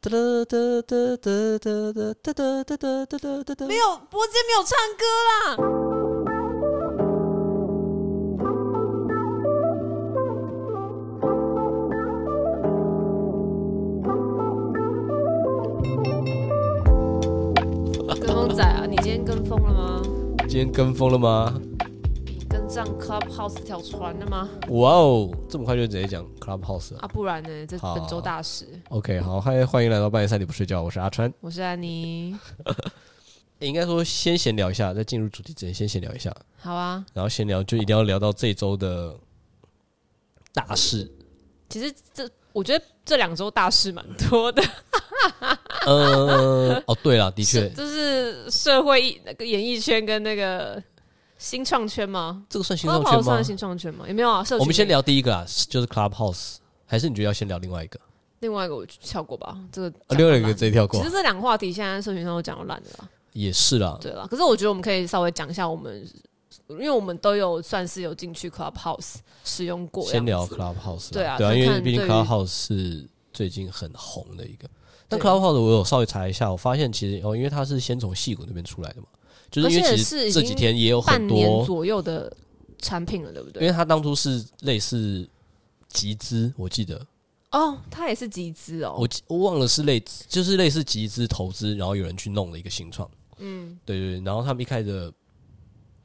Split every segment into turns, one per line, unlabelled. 哒哒哒哒哒哒哒哒哒哒哒哒哒哒哒。
没有，伯杰没有唱歌啦。跟风仔啊，你今天跟风了吗？
今天跟风了吗？
你跟上 Clubhouse 这条船了吗？
哇哦，这么快就直接讲 Clubhouse 啊
啊，不然呢？这
好
本周大事，
？OK，好，嗨，欢迎来到半夜三点不睡觉，我是阿川。
我是安妮。
诶应该说先闲聊一下，在进入主题之前先闲聊一下，
好啊，
然后闲聊就一定要聊到这周的大事。
其实这我觉得这两周大事蛮多的，
嗯，哦，对了，的确
是，就是社会艺那个演艺圈跟那个新创圈吗？
这个算新
光
创
跑
圈
算
吗
是？新创圈吗？也没有啊，社群
我们先聊第一个啊，就是 Clubhouse，还是你觉得要先聊另外一个？
另外一个我跳过吧，这个
啊，
讲
另外
到
一
烂
个直接跳
其
过
实，这两个话题现在社群上都讲到烂的啦，
也是啦。
对啦。可是我觉得我们可以稍微讲一下我们，因为我们都有算是有进去 Clubhouse 使用过，
先聊
这样子
Clubhouse，啦
对啊
对啊，
看
因为
看
毕竟
对于
Clubhouse 是最近很红的一个。但
对
Clubhouse 我有稍微查一下，我发现其实哦，因为它是先从戏骨那边出来的嘛，就是因
而且
为其
是
实
已经
这几天也有
半
很
年
多，
左右的产品了，对不
因为
对？
它当初是类似集资，我记得
哦，它也是集资哦，
我记我忘了是类就是类似集资投资，然后有人去弄的一个新创。嗯，对对对，然后他们一开始的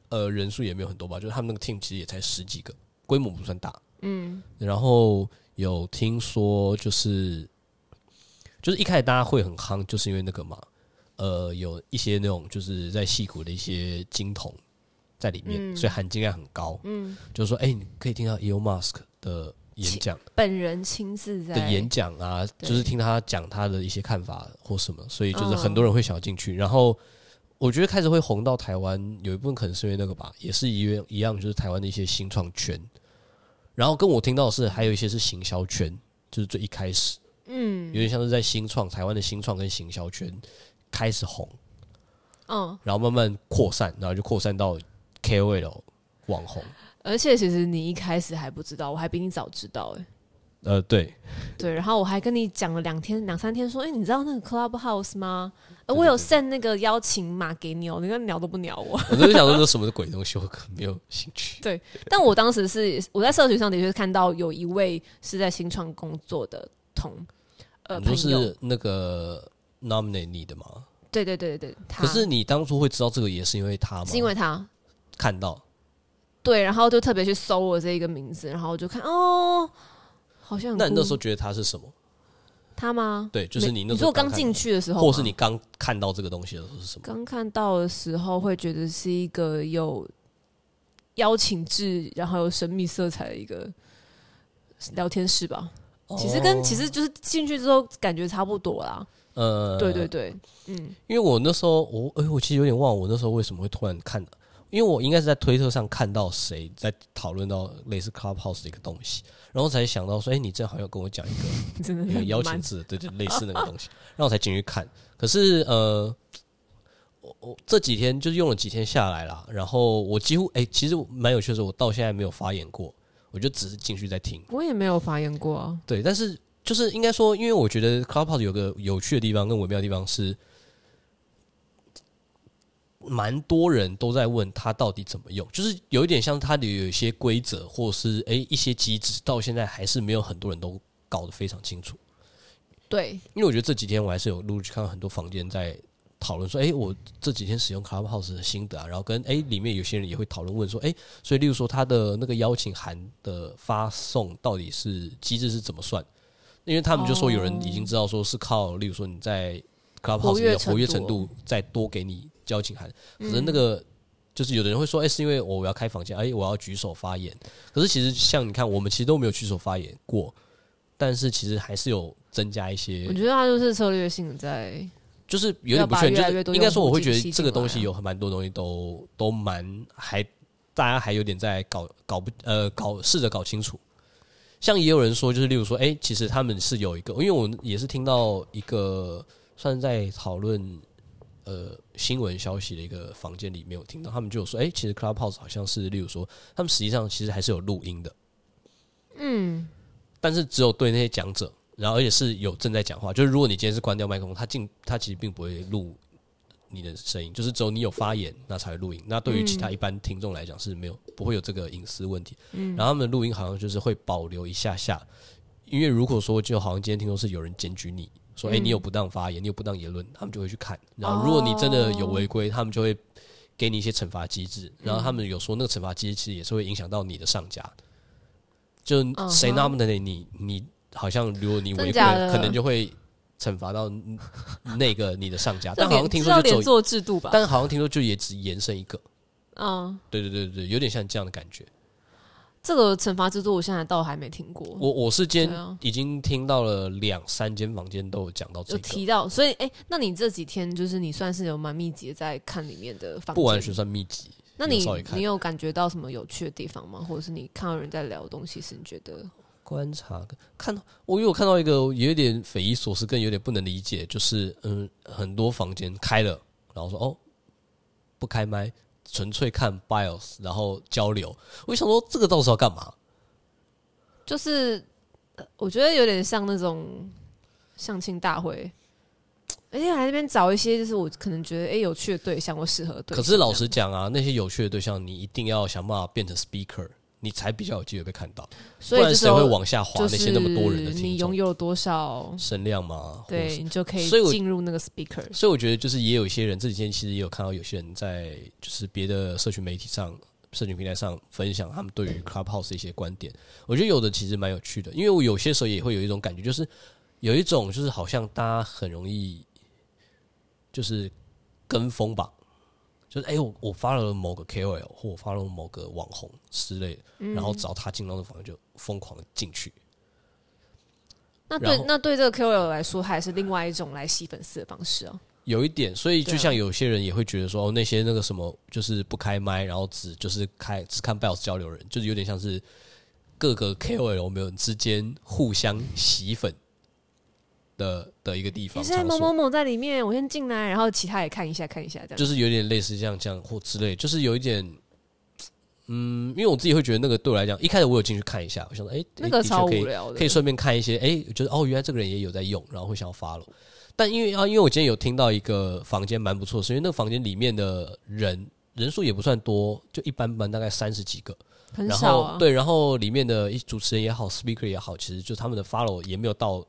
呃人数也没有很多吧，就是他们那个 team 其实也才十几个，规模不算大。嗯，然后有听说就是就是一开始大家会很夯，就是因为那个嘛，呃，有一些那种就是在戏骨的一些金童在里面，所以含金量很高。嗯，就是说，哎、你可以听到 Elon Musk 的演讲。
本人亲自在
的演讲啊，
对
就是听他讲他的一些看法或什么，所以就是
嗯
很多人会想要进去。然后我觉得开始会红到台湾，有一部分可能是因为那个吧，也是一样一样，就是台湾的一些新创圈。然后跟我听到的是，还有一些是行销圈，就是最一开始，嗯，有点像是在新创台湾的新创跟行销圈开始红，
嗯，
然后慢慢扩散，然后就扩散到 KOL 网红。
而且其实你一开始还不知道，我还比你早知道哎、
呃，对，
对，然后我还跟你讲了两天两三天，说，哎、你知道那个 Clubhouse 吗？呃
对
我有
对
send 那个邀请码给你哦、你那个鸟都不鸟我。
我就是想说这什么鬼东西，我可能没有兴趣。
但我当时是我在社群上的确看到有一位是在新创工作的同呃
你说
朋友，
哦是那个 nominate 你的吗？
对对对对对，他
可是你当初会知道这个，也是因为他吗？
是因为他
看到
对，然后就特别去搜我这一个名字，然后我就看哦，好像很
那你那时候
酷
觉得他是什么？
他吗？
对，就是
嗯没
你那时
你说
候
我刚
看
进，去的时候吗，
或是你刚看到这个东西的时候是什么？
刚看到的时候会觉得是一个有邀请制，然后有神秘色彩的一个聊天室吧。其实跟其
实
实就是进去之后感觉差不多啦。
呃，
对对，对， 嗯，
因为我那时候我哎、我其实有点忘了我那时候为什么会突然看的，因为我应该是在推特上看到谁在讨论到类似 Clubhouse 的一个东西，然后才想到说，哎、你正好要跟我讲一个
真的
那个
很
邀
慢
请制，对对，类似那个东西，然后我才进去看。可是呃，我我这几天就是用了几天下来啦，然后我几乎哎、其实蛮有趣的是，我到现在没有发言过，我就只是进去在听。
我也没有发言过啊。
对，但是就是应该说，因为我觉得 Clubhouse 有个有趣的地方跟微妙的地方是，蛮多人都在问它到底怎么用，就是有一点像它的有一些规则或是哎、一些机制，到现在还是没有很多人都搞得非常清楚。
对，
因为我觉得这几天我还是有陆续看到很多房间在讨论说，哎、我这几天使用 Clubhouse 的心得啊，然后跟哎、诶里面有些人也会讨论问说，哎、所以例如说他的那个邀请函的发送到底是机制是怎么算？因为他们就说有人已经知道说是靠，例如说你在 Clubhouse 里
跃
的
程度嗯
活跃程度再多给你邀请函，可是那个。就是有的人会说，哎、是因为我要开房间，哎、我要举手发言。可是其实像你看，我们其实都没有举手发言过，但是其实还是有增加一些。
我觉得他就是策略性在
就是有点不确定，
要把越来越
就
多
是应该说我会觉
用户
得
进
这个东西有很蛮多东西都都蛮还大家还有点在搞搞不呃搞试着搞清楚。像也有人说，就是例如说，哎、其实他们是有一个，因为我也是听到一个算是在讨论呃新闻消息的一个房间里面，有听到他们就有说，哎、其实 Clubhouse 好像是，例如说，他们实际上其实还是有录音的，嗯，但是只有对那些讲者，然后而且是有正在讲话，就是如果你今天是关掉麦克风，它进它其实并不会录你的声音，就是只有你有发言那才会录音。那对于其他一般听众来讲是没有不会有这个隐私问题。然后他们录音好像就是会保留一下下，因为如果说就好像今天听说是有人检举你说，哎、你有不当发言，你有不当言论，他们就会去看。然后如果你真的有违规，他们就会给你一些惩罚机制。
嗯
然后他们有说那个惩罚机制其实也是会影响到你的上家，就谁
嗯哼
nominate 你，你好像如果你违
真
规
假的，
可能就会惩罚到那个你的上家。
这
啊但好像听
这要
说就
连
只有，
坐制度吧？
但好像听说就也只延伸一个。
嗯，
对对对对，有点像这样的感觉。
这个惩罚制度我现在倒还没听过，
我我是今
对
天
啊
已经听到了两三间房间都有讲到这
有
个，
提到，所以哎、那你这几天就是你算是有蛮密集的在看里面的房
不完
间
全，算密集。
那
有
你
稍微看
你有感觉到什么有趣的地方吗？或者是你看到人在聊的东西是你觉得
观察看到，我因为我看到一个有点匪夷所思，更有点不能理解，就是嗯，很多房间开了，然后说哦不开麦，纯粹看 BIOS，然后交流。我就想说这个到时候要干嘛？
就是，呃我觉得有点像那种相亲大会，而且还在那边找一些就是我可能觉得哎、有趣的对象或适合的对
可
象。
是老实讲啊，那些有趣的对象，你一定要想办法变成 speaker，你才比较有机会被看到，
所
不
以
然
这时
谁
候
会往下滑
就
那些那么多人的
是
听
你拥
众
有多少，
声量吗？或
对你就可以
所以我
进入那个 speaker。
所以我觉得就是也有一些人这几天其实也有看到有些人在就是别的社群媒体上、社群平台上分享他们对于 Clubhouse 的一些观点。我觉得有的其实蛮有趣的，因为我有些时候也会有一种感觉，就是有一种就是好像大家很容易就是跟风吧。就是哎、我我发了某个 KOL 或我发了某个网红之类的，然后只要他进到那房间就疯狂地进去，
那
然
对
后
那对这个 KOL 来说，还是另外一种来吸粉丝的方式哦、
有一点，所以就
对啊
像有些人也会觉得说，哦，那些那个什么，就是不开麦，然后只就是开只看 BIOS 交流人，就是有点像是各个 KOL 没有之间互相洗粉的的一个地
也
方
现在
场
某某
所，
某在里面，我先进来，然后其他也看一下看一下这样。
就是有点类似像这样或之类，就是有一点，嗯，因为我自己会觉得那个对我来讲，一开始我有进去看一下，我想说，哎、
那
诶
个
的确
超
可以
无聊的，
可以顺便看一些，哎、觉得哦，原来这个人也有在用，然后会想要发了。但因为啊，因为我今天有听到一个房间蛮不错，是因为那个房间里面的人人数也不算多，就一般般，大概三十几个。
很
然
少
后、
啊。
对，然后里面的一主持人也好，speaker 也好，其实就他们的 follow 也没有到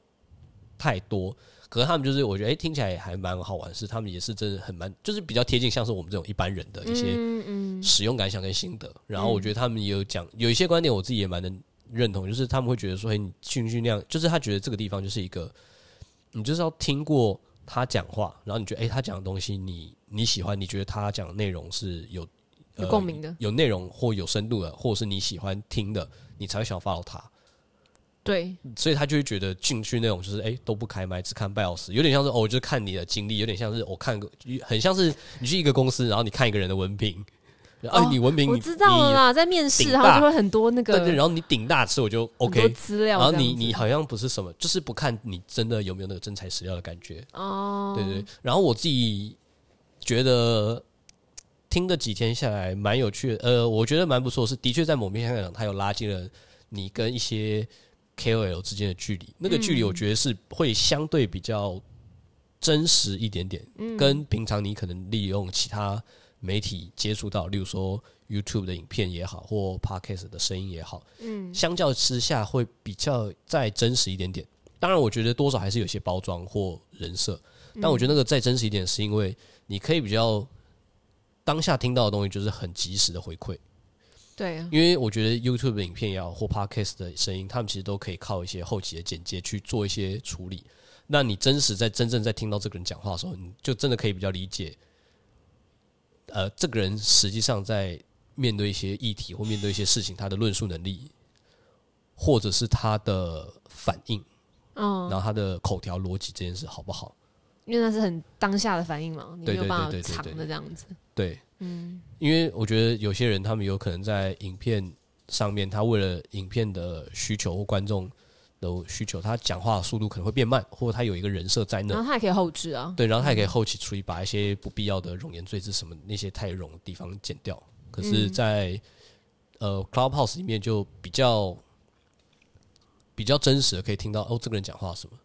太多，可是他们就是我觉得哎、听起来还蛮好玩，是他们也是真的很蛮，就是比较贴近像是我们这种一般人的一些
嗯嗯，
使用感想跟心得。然后我觉得他们也有讲有一些观点，我自己也蛮能认同，就是他们会觉得说，哎，你去不去那样，就是他觉得这个地方就是一个，你就是要听过他讲话，然后你觉得，哎，他讲的东西你你喜欢，你觉得他讲的内容是有、呃
有共鸣的
有内容或有深度的，或者是你喜欢听的，你才会想 follow 他。
对，
所以他就会觉得进去那种就是哎、诶都不开麦，只看半小时，有点像是哦，就是看你的经历，有点像是我、看个，很像是你去一个公司，然后你看一个人的文凭，然后、
哦
你文凭
我
你
知道了
你
啦，在面试
顶
然
大
后就会很多那
对对，
个
然后你顶大吃我就
很多
OK，
资料
然后
这样子，
你你好像不是什么，就是不看你真的有没有那个真材实料的感觉，
哦，
对对。然后我自己觉得听了几天下来蛮有趣的，呃，我觉得蛮不错，是的确在某面上讲，它有拉近了你跟一些 KOL 之间的距离，那个距离我觉得是会相对比较真实一点点，跟平常你可能利用其他媒体接触到，例如说 YouTube 的影片也好，或 Podcast 的声音也好，嗯，相较之下会比较再真实一点点。当然，我觉得多少还是有些包装或人设，但我觉得那个再真实一点，是因为你可以比较当下听到的东西就是很及时的回馈，
对啊，
因为我觉得 YouTube 的影片也好或 Podcast 的声音，他们其实都可以靠一些后期的剪接去做一些处理。那你真实在真正在听到这个人讲话的时候，你就真的可以比较理解，呃，这个人实际上在面对一些议题或面对一些事情，他的论述能力，或者是他的反应，
嗯，
然后他的口条逻辑这件事好不好？
因为那是很当下的反应嘛，你
对
没有
对
办法
对对对
藏
对
的这样子，
对，
嗯，
因为我觉得有些人他们有可能在影片上面，他为了影片的需求或观众的需求，他讲话速度可能会变慢，或者他有一个人设在
然
那，
后他也可以后置啊，
对，然后他也可以后期处理，把一些不必要的冗言赘字什么那些太冗的地方剪掉。可是在，呃 Clubhouse 里面就比较比比较真实的可以听到哦，这个人讲话什么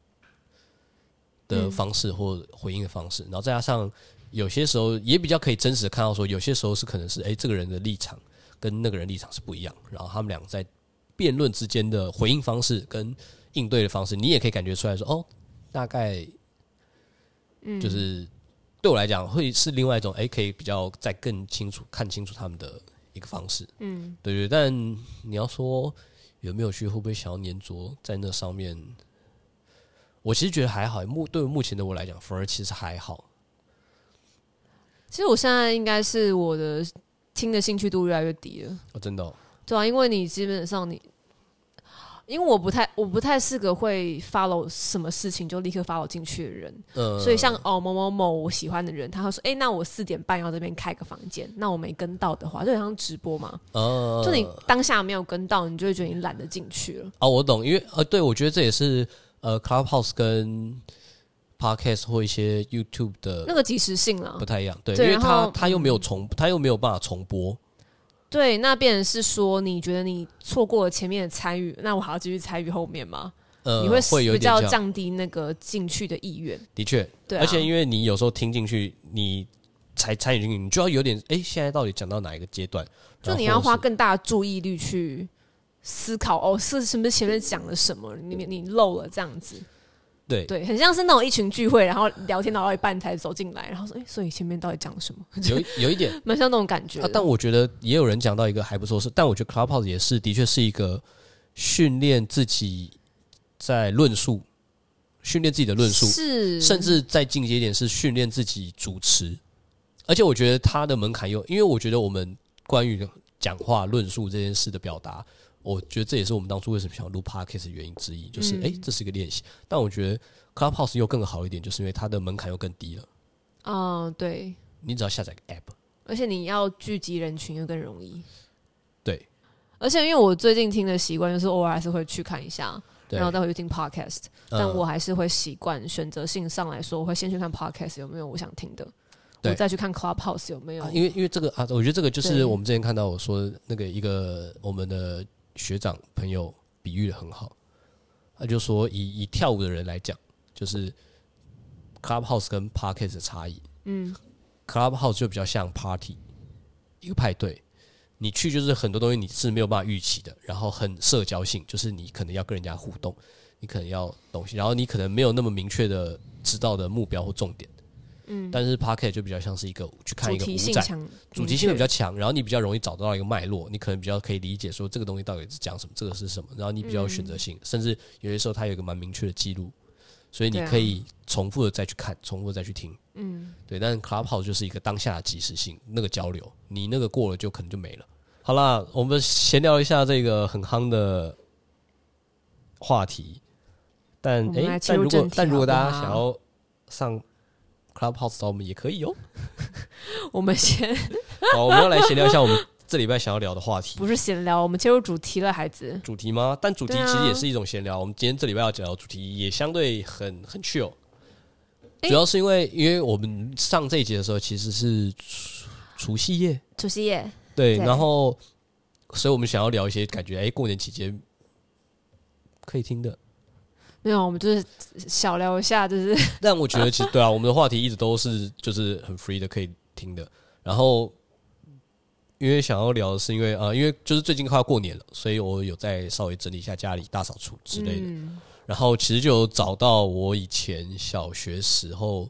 的方式或回应的方式，然后再加上有些时候也比较可以真实的看到说，有些时候是可能是哎、这个人的立场跟那个人立场是不一样，然后他们俩在辩论之间的回应方式跟应对的方式，你也可以感觉出来说哦，大概
嗯，
就是对我来讲会是另外一种哎、可以比较再更清楚看清楚他们的一个方式。
嗯，
对对，但你要说有没有去，会不会想要粘着在那上面？我其实觉得还好，目对目前的我来讲，反而其实还好。
其实我现在应该是我的听的兴趣度越来越低了，
哦、真的哦、
对啊，因为你基本上你，因为我不太我不太是个会 follow 什么事情就立刻 follow 进去的人，
呃，
所以像哦某某某我喜欢的人，他会说，哎、那我四点半要这边开个房间，那我没跟到的话，就很像直播嘛，
呃，
就你当下没有跟到，你就会觉得你懒得进去了。
哦，我懂，因为呃，对我觉得这也是呃，Clubhouse 跟 Podcast 或一些 YouTube
那
的
个及时性啊啦
不，太一样，对，
对
因为
然
它
后嗯
它又没有重，它又没有办法重播，
对，那变成是说，你觉得你错过了前面的参与，那我还要继续参与后面吗？
呃，
你会
会有一
比
点
较
这样，
降低那个进去的意愿，
的确，
对、啊，
而且因为你有时候听进去，你才参与进去，你就要有点哎、诶现在到底讲到哪一个阶段？
就你
然
要
后或者
花
是
更大的注意力去思考哦，是是不是前面讲了什么，你你漏了这样子，
对
对，很像是那种一群聚会，然后聊天聊到一半才走进来，然后说，哎、所以前面到底讲了什么？
有一有一点
蛮像那种感觉的、
啊，但我觉得也有人讲到一个还不错是，但我觉得 Clubhouse 也是的确是一个训练自己在论述、训练自己的论述，
是，
甚至再进阶一点是训练自己主持。而且我觉得它的门槛又，因为我觉得我们关于讲话论述这件事的表达，我觉得这也是我们当初为什么想要录 podcast 的原因之一，就是
嗯
诶，这是一个练习。但我觉得 Clubhouse 又更好一点，就是因为它的门槛又更低了，
嗯，对，
你只要下载个 app，
而且你要聚集人群又更容易。
对
而且因为我最近听的习惯就是偶尔还是会去看一下，
对，呃
然后再回去听 podcast，、但
嗯
我还是会习惯选择性上来说，我会先去看 podcast 有没有我想听的，
对
我再去看 clubhouse 有没有。
啊，因为因为这个啊，我觉得这个就
对
是我们之前看到我说那个一个我们的学长朋友比喻的很好，他就说以以跳舞的人来讲，就是 clubhouse 跟 parkes 的差异。
嗯，
clubhouse 就比较像 party，一个派对，你去就是很多东西你是没有办法预期的，然后很社交性，就是你可能要跟人家互动，你可能要东西，然后你可能没有那么明确的知道的目标或重点。
嗯，
但是 parket 就比较像是一个去看
主
一个舞
题性
展，
强，
主题性的比
较
较强，然后你比较容易找到一个脉络，你可能比较可以理解说这个东西到底是讲什么，这个是什么，然后你比较有选
嗯
择性，甚至有些时候它有一个蛮明确的记录，所以你
对啊
可以重复的再去看，重复的再去听，
嗯，
对。但是 Clubhouse 就是一个当下的即时性，那个交流，你那个过了就可能就没了。好啦，我们闲聊一下这个很夯的话题，但
我们
诶，
来切
但
入
如果
正题
但如果大家
好不好
想要上 Clubhouse 找我们也可以哦。
嗯我们先
好，我们要来闲聊一下我们这礼拜想要聊的话题。
不是闲聊，我们切入主题了，孩子。
主题吗？但主题
对啊
其实也是一种闲聊。我们今天这礼拜要讲的主题也相对很很 chill，
诶
主要是因为因为我们上这一集的时候其实是除除夕夜，
主席耶，
对，
对
然后所以我们想要聊一些感觉哎、诶过年期间可以听的。
没有，我们就是小聊一下，就是
但我觉得其实对啊，我们的话题一直都是就是很 free 的可以听的。然后因为想要聊的是因为啊、呃因为就是最近快要过年了，所以我有在稍微整理一下家里大扫除之类的。
嗯
然后其实就有找到我以前小学时候，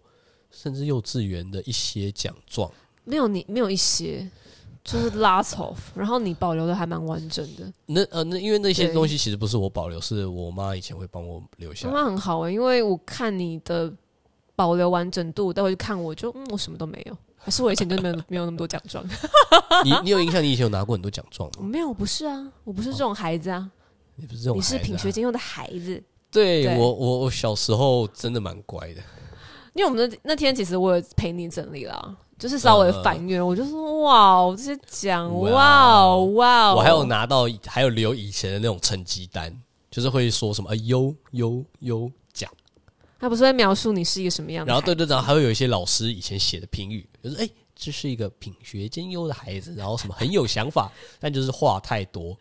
甚至幼稚园的一些奖状。
没有你没有一些，就是 lots of，然后你保留的还蛮完整的。
那呃，那因为那些
对
东西其实不是我保留，是我妈以前会帮我留下
妈。妈很好哎、因为我看你的保留完整度，待会去看我就嗯，我什么都没有。还是我以前就没有 没有那么多奖状？
你你有印象？你以前有拿过很多奖状吗？
没有，不是啊，我不是这种孩子啊，
你不是这种
你是
孩子
品
啊
学兼优的孩子。
对
对
我我我小时候真的蛮乖的。
因为我们那那天其实我有陪你整理啦，就是稍微翻阅，我就说哇，这些奖
嗯哇哦
哇哇，哦
我还有拿到，还有留以前的那种成绩单，就是会说什么啊优优优奖，
他不是会描述你是一个什么样的
然
孩
后
子？
对对，然后还会有一些老师以前写的评语，就是哎、这是一个品学兼优的孩子，然后什么很有想法，但就是话太多，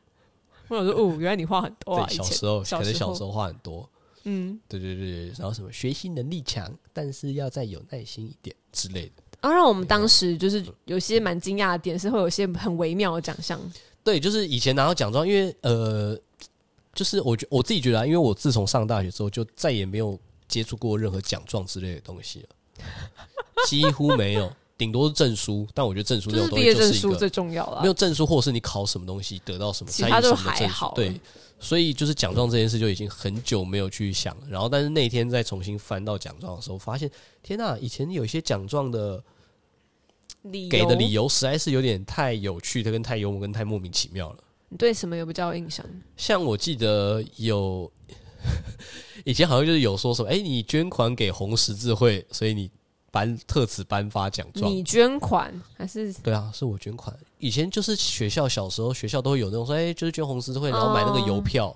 我想说，哦，原来你话很多啊，
对，
以
小
前
时候
小
可能
时
小
候
时候话很多，
嗯，
对对对，然后什么学习能力强，但是要再有耐心一点之类的。
然啊后让我们当时就是有些蛮惊讶的点，是会有一些很微妙的奖项，
对，就是以前拿到奖状，因为呃，就是我觉我自己觉得、啊，因为我自从上大学之后，就再也没有接触过任何奖状之类的东西了，几乎没有，顶多是证书。但我觉得证书这
就
种
是
东
毕
西
业
就
证
是一
书
个
最重要了
没。有证书，或是你考什么东西得到什么，
其
参与
他
什
都
么
还
证书
好，
对。所以就是奖状这件事就已经很久没有去想了，然后但是那天再重新翻到奖状的时候，发现天呐、以前有一些奖状的
理
给的理
由，
由实在是有点太有趣的，跟太幽默，跟太莫名其妙了。
你对什么有比较有印象？
像我记得有 以前好像就是有说什么，哎、你捐款给红十字会，所以你颁特此颁发奖状。
你捐款还是
对啊，是我捐款。以前就是学校小时候学校都会有那种说，哎、就是捐红十字会，然后买那个邮票。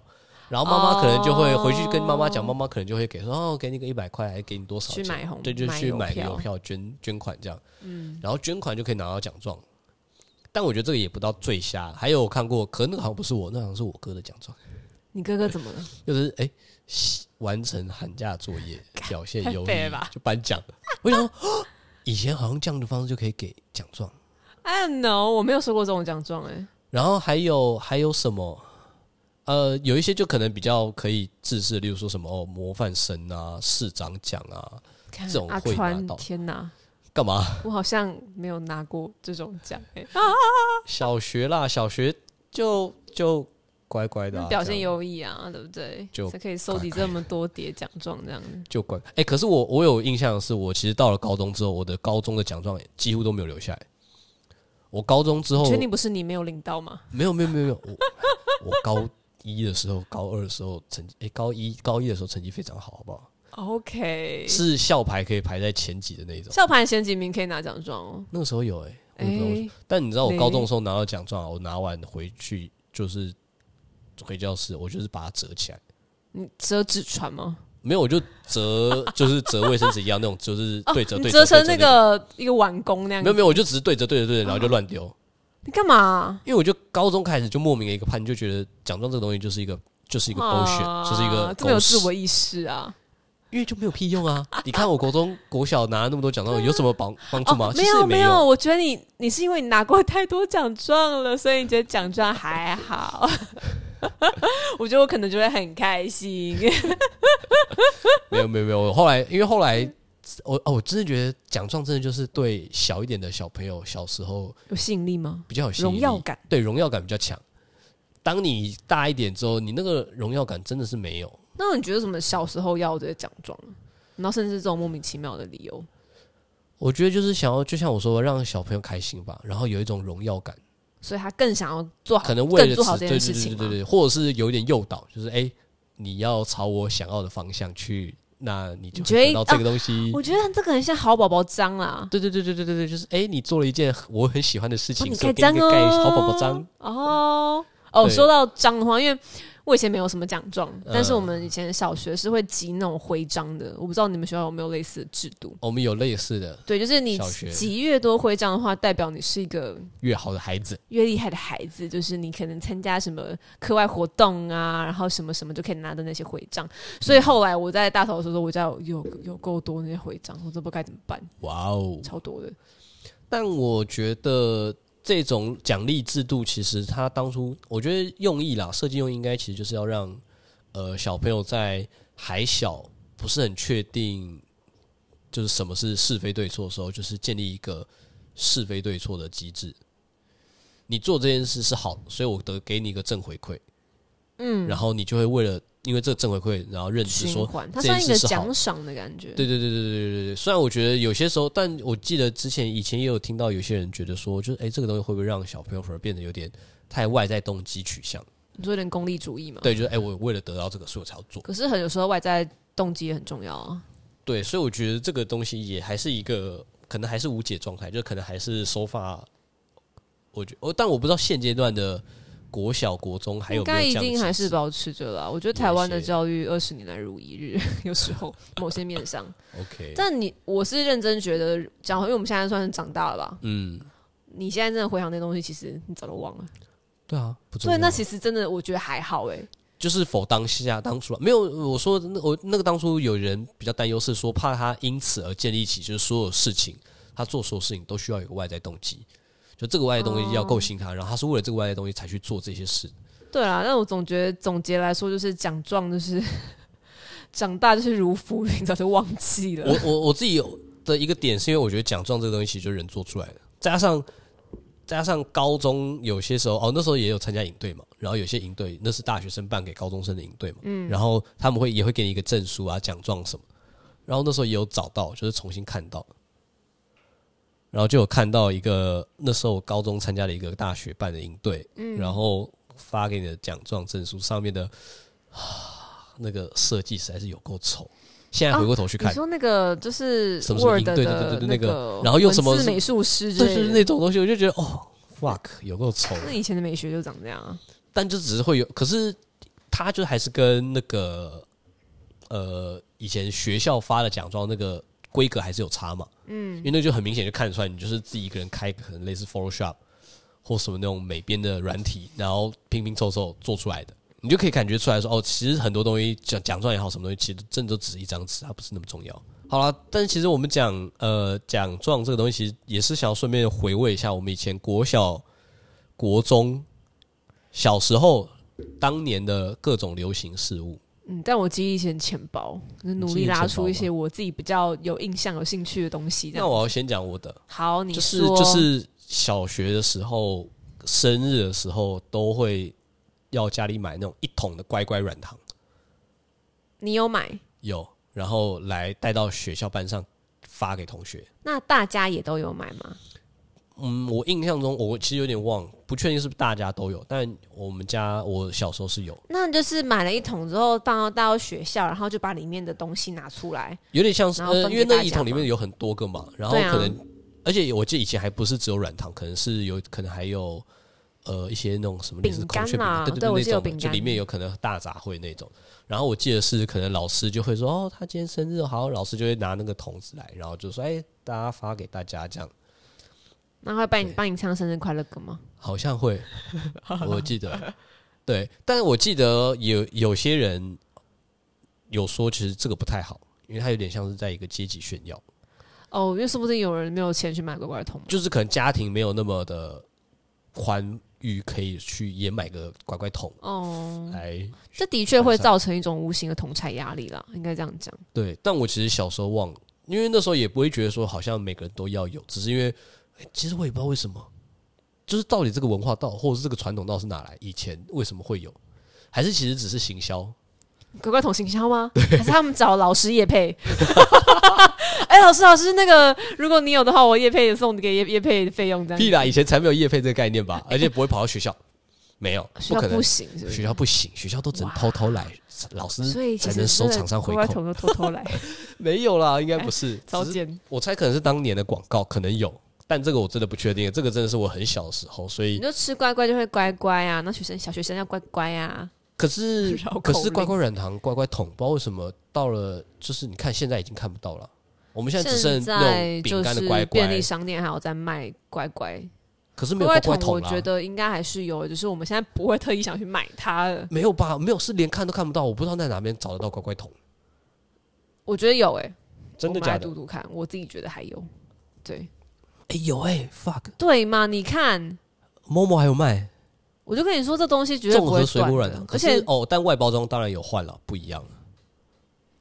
然后妈妈可能就会回去跟妈妈讲，
哦
妈妈可能就会给说哦，给你个一百块，还给你多少
去
钱？
买红
对，就去买个
邮嗯
邮票捐捐款这样，然后捐款就可以拿到奖状。但我觉得这个也不到最瞎。还有我看过，可能那个好像不是我，那好像是我哥的奖状，
你哥哥怎么了？
就是哎、西完成寒假作 业表现优
太废
异
了吧
就颁奖。我想说， 啊以前好像这样的方式就可以给奖状。
I don't know，我没有收过这种奖状哎。
然后还有还有什么？呃，有一些就可能比较可以自制，例如说什么哦，模范生啊、市长奖啊，
看
这种
阿
会拿
川，
到
天哪，
干嘛？
我好像没有拿过这种奖哎，
啊 小学啦，小学就就乖乖的啊、
嗯表现
这样
优异啊，对不对？
就
才可以收集这么多叠奖状这样子。
就乖。哎、可是我我有印象的是，我其实到了高中之后，我的高中的奖状几乎都没有留下来。我高中之后
确定不是你没有领到吗？
没有没有没有没有，我我高一的时候、高二的时候成绩，哎、高一高一的时候成绩非常好，好不好？
OK，
是校牌可以排在前几的那一种。
校牌前几名可以拿奖状哦。
那个时候有哎、我
哎、
也不知道为什么但你知道我高中的时候拿到奖状啊，我拿完回去就是回教室，我就是把它折起来，
你折纸船吗？
没有我就折，就是折卫生纸一样那种，就是对折
你
对
哦折
折
成
对
那
折种
个一个碗工那样
没有。没有，我就只是对折对折对折，然后就乱丢，
你干嘛、
因为我就高中开始就莫名的一个叛逆，就觉得奖状这个东西就是一个就是一个 bullshit，、
啊
就是一个
这么有
狗屎
自我意识啊！
因为就没有屁用啊！ 你看我国中、国小拿那么多奖状，有什么帮帮助吗？其
没
实
有
也
哦没
有。
我觉得你你是因为你拿过太多奖状了，所以你觉得奖状还好。 我觉得我可能就会很开心，
没有没有没有，我后来因为后来我哦，我真的觉得奖状真的就是对小一点的小朋友小时候
有吸引力吗？
比较有吸引
荣
力
耀，感，
对荣耀感比较强。当你大一点之后，你那个荣耀感真的是没有。
那你觉得什么小时候要这些奖状，然后甚至这种莫名其妙的理由？
我觉得就是想要，就像我说，让小朋友开心吧，然后有一种荣耀感，
所以他更想要做好，
可能为
哦更
了
做好
此
这
对
件
对
事
对
情
对
嘛
对，对或者是有一点诱导，就是哎、你要朝我想要的方向去，那你就会
你
得
觉得啊
到这个东西。
我觉得这个很像好宝啊宝章啦，
对对对对对对对，就是哎、你做了一件我很喜欢的事
帮
情，
你
所以
盖
给你
章
一
哦，
个盖好宝宝章。
哦。哦，
对
说到章的话，因为我以前没有什么奖状，
嗯
但是我们以前小学是会集那种徽章的，我不知道你们学校有没有类似的制度。
我们有类似的，
对，就是你
小学
集越多徽章的话，代表你是一个
越好的孩子，
越厉害的孩子，就是你可能参加什么课外活动啊，然后什么什么就可以拿的那些徽章。所以后来我在大头的时候，我家有有有够多那些徽章，我都不知道该怎么办，
哇哦！
超多的。
但我觉得这种奖励制度，其实它当初我觉得用意啦，设计用意应该其实就是要让呃小朋友在还小不是很确定就是什么是是非对错的时候，就是建立一个是非对错的机制。你做这件事是好的，所以我得给你一个正回馈，嗯，然后你就会为了因为这个正回馈，然后认知
循
说
环，它
这
算
件
一
事
个
是好的
奖赏的感觉。
对对对对对对对。虽然我觉得有些时候，但我记得之前以前也有听到有些人觉得说，就是哎、诶这个东西会不会让小朋友反而变得有点太外在动机取向？
你说有点功利主义嘛？
对，就是哎、诶我为了得到这个，所以我才要做。
可是很有时候外在动机也很重要啊。
对，所以我觉得这个东西也还是一个可能还是无解状态，就可能还是手法。我觉哦，但我不知道现阶段的国小、国中还有
应
没有
该
这
一
样的
定还
机
是
制
保持着啦。我觉得台湾的教育二十年来如一日， 有 时候某些面上。
OK，
但你我是认真觉得，讲因为我们现在算是长大了吧？
嗯，
你现在真的回想那东西，其实你早都忘了。
对啊，不重
所以
要。
那其实真的我觉得还好哎、
就是否当下当初啊没有我说那我那个当初有人比较担忧是说怕他因此而建立起就是所有事情他做所有事情都需要有个外在动机，就这个外在动机要够吸引他，然后他是为了这个外在动机才去做这些事。
对啊，但我总觉得总结来说就是奖状就是 长大就是如浮云，早就忘记了。
我我我自己有的一个点是因为我觉得奖状这个东西其实就是人做出来的，加上加上高中有些时候哦那时候也有参加营队嘛，然后有些营队那是大学生办给高中生的营队嘛，嗯，然后他们会也会给你一个证书啊奖状什么，然后那时候也有找到，就是重新看到，然后就有看到一个那时候我高中参加了一个大学办的营队，嗯，然后发给你的奖状证书上面的啊那个设计实在是有够丑。现在回过头去
你
看，
说那个就是
什么什么
Word
音
的
对对对对对
那
那个然后用什么
文字美术师之
对，就
类
是
的
那种东西，我就觉得哦，fuck，有够丑。
那以前的美学就长这样啊。
但就只是会有，可是他就还是跟那个呃以前学校发的奖状那个规格还是有差嘛。嗯，因为那就很明显就看得出来，你就是自己一个人开一个可能类似 Photoshop 或什么那种美编的软体，然后拼拼凑凑做出来的。你就可以感觉出来说，哦，其实很多东西奖奖状也好，什么东西，其实真的都只是一张纸，它不是那么重要。好啦，但其实我们讲呃奖状这个东西，其实也是想要顺便回味一下我们以前国小、国中小时候当年的各种流行事物。
嗯，但我记忆以前浅薄，就是努力拉出一些我自己比较有印象、有兴趣的东西。这
那
样
我要先讲我的，
好，你
就是
说
就是小学的时候，生日的时候都会要家里买那种一桶的乖乖软糖，
你有买，
有，然后来带到学校班上发给同学。
那大家也都有买吗？
嗯，我印象中我其实有点忘，不确定是不是大家都有，但我们家我小时候是有，
那就是买了一桶之后放到带到学校，然后就把里面的东西拿出来。
有点像是
然后
呃，
分给
因为那
大
一
家
桶里
嘛
面有很多个嘛，然后
对啊
可能，而且我记得以前还不是只有软糖，可能是有可能还有呃一些那种什么类似
饼干
孔雀饼
啦
干，对
对我
对，
记
那
得有
种的
饼
就
干
里面有可能大杂烩那种。然后我记得是可能老师就会说哦，他今天生日哦，好，老师就会拿那个桶子来，然后就说哎，大家发给大家这样，
那会帮你
对
帮你唱生日快乐歌吗？
好像 会，我记得对，但是我记得有有些人有说其实这个不太好，因为它有点像是在一个阶级炫耀。
哦，因为说不定有人没有钱去买乖乖桶嘛。
就是可能家庭没有那么的宽裕，可以去也买个乖乖桶
哦，
来。
这的确会造成一种无形的同财压力啦，应该这样讲。
对，但我其实小时候忘了，因为那时候也不会觉得说好像每个人都要有，只是因为、哎其实我也不知道为什么，就是到底这个文化到或者是这个传统到底是哪来，以前为什么会有，还是其实只是行销？
乖乖桶行销吗？还是他们找老师叶配？ 哎、老师，老师，那个如果你有的话，我叶配也送给叶叶配的费用这样。
屁啦，以前才没有业费这个概念吧，而且不会跑到学校，没有，
学
不
校
可能
不。行，是不
学
是？
校不行，学校都只能偷偷来，老
所
师
以
才
其
能
实
收厂商回
乖乖
扣。
桶都偷 偷来，
没有啦，应该不是，
超
只是
贱。
我猜可能是当年的广告，可能有，但这个我真的不确定。这个真的是我很小的时候，所
你
以
就吃乖乖就会乖乖啊，那学生小学生要乖乖啊。
可是
绕口
可是
令
乖乖软糖、乖乖桶，不知道为什么到了就是你看现在已经看不到了。我们现在只剩
现
那种
在
饼
就
干
是
的乖
便
乖
利，商店还有在卖乖乖，
可是没
乖
有乖
桶
乖，桶啊
我
啦。
觉得应该还是有，只是我们现在不会特意想去买它了。
没有吧？没有，是连看都看不到。我不知道在哪边找得到乖乖桶，
我觉得有诶、
真的
我们来
假的
读？读看，我自己觉得还有。对
哎、有哎、f u c k
对嘛，你看，
某某还有卖
我就跟你说，这东西绝对
综
不会
合水
断
果软
的
糖，。可
而
是
且，
哦，但外包装当然有换了，不一样了。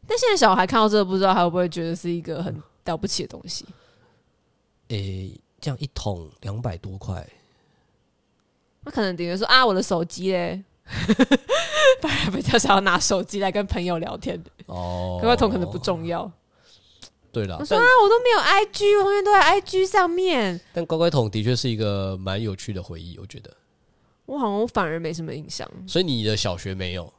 但现在小孩看到这个，不知道他会不会觉得是一个很了不起的东西。
诶、这样一桶两百多块，
他可能顶多说啊，我的手机嘞， 反而比较想要拿手机来跟朋友聊天。
哦，
乖乖桶可能不重要啊，
对了
我，说啊
但
我都没有 IG，我永远都在 IG 上面。
但乖乖桶的确是一个蛮有趣的回忆，我觉得。
我好像反而没什么印象，
所以你的小学没有，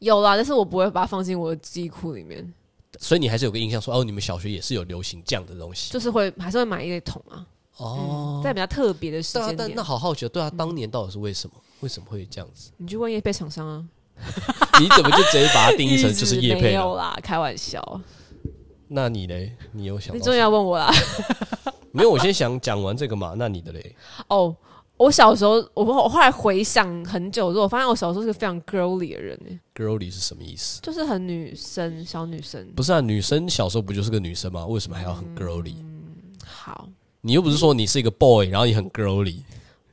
有啦，但是我不会把它放进我的记忆库里面，
所以你还是有个印象说，哦，你们小学也是有流行这样的东西
就是会还是会买一类桶啊，
哦。
在比较特别的时
对啊
间，
但
点
那，好好奇哦，对啊，当年到底是为什么？为什么会这样子？
你去问业配厂商啊，
你怎么就直接把它定义成就是叶
没
配
有
了？
啦，开玩笑，
那你嘞？你有想
你
到
终
什
于
么？
要问我啦，
没有，我先想讲完这个嘛。那你的嘞？
哦。我小时候，我我后来回想很久之后，我发现我小时候是个非常 girly 的人、欸，
girly 是什么意思？
就是很女生，小女生。
不是啊，女生小时候不就是个女生吗？为什么还要
嗯
很 girly？、
好，
你又不是说你是一个 boy，然后你很 girly，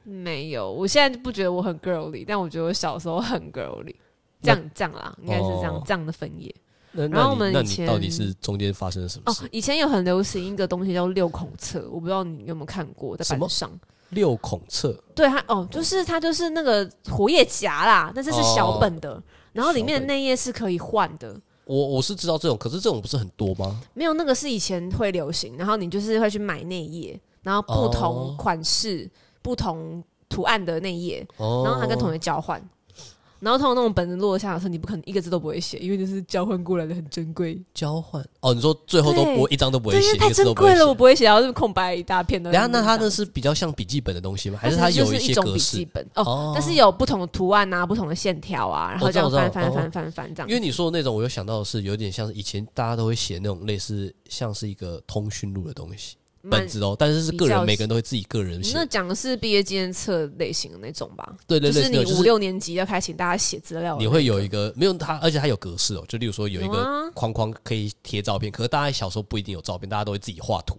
没有，我现在不觉得我很 girly，但我觉得我小时候很 girly。这
那
样这样啦，应该是这样、
哦
这样的分野。
那
然
那
后我
你
们
那
以
你
前
到底是中间发生了什么
哦
事？，
以前有很流行一个东西叫六孔册，我不知道你有没有看过，在
什么
板上。
六孔册
对它哦，就是它就是那个活页夹啦，但是是小本的，然后里面
哦小本
的内页是可以换的。
我我是知道这种，可是这种不是很多吗？
没有那个是以前会流行，然后你就是会去买内页，然后不
哦
同款式、不同图案的内页，
哦，
然后还跟同学交换。然后通常那种本子落下的时候，你不可能一个字都不会写，因为就是交换过来的很珍贵。
交换哦，你说最后都
对
不会一张都不
对，
会写，
因为太
一个字
珍
都不
贵
会
了，我
写。
不会写，然后就空白一大片的
等
文
一下，
章。
那它那是比较像笔记本的东西吗？还是它
它其实
有
就是
些
种
格
笔记
式？
本哦？
哦
但是有不同的图案啊，不同的线条啊，然后这样
我知道
翻
我知道
翻
哦
翻翻翻这样
因。为你说的那种，我又想到的是有点像是以前大家都会写那种类似像是一个通讯录的东西
蛮
本子哦，但是是个
比较
人
是
每个人都会自己个人
你
写
那，讲的是毕业纪念册类型的那种吧？
对对
就
对，
是
对
你五六年级要开始请大家写资料的那个，
你会有一个没有它，而且它有格式哦，就例如说有一
有
个
啊
框框可以贴照片，可是大家小时候不一定有照片，大家都会自己画图。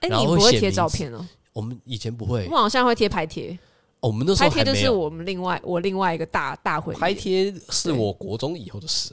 哎，
然后
你
会
不会
写
贴
名
照
字
片哦？
我们以前不会，
我
哦
好像会贴拍贴，
我们那时
拍
候
贴
还
就
没
是
有。
我们另外我另外一个大大回忆。
拍贴是
对
我国中以后的事，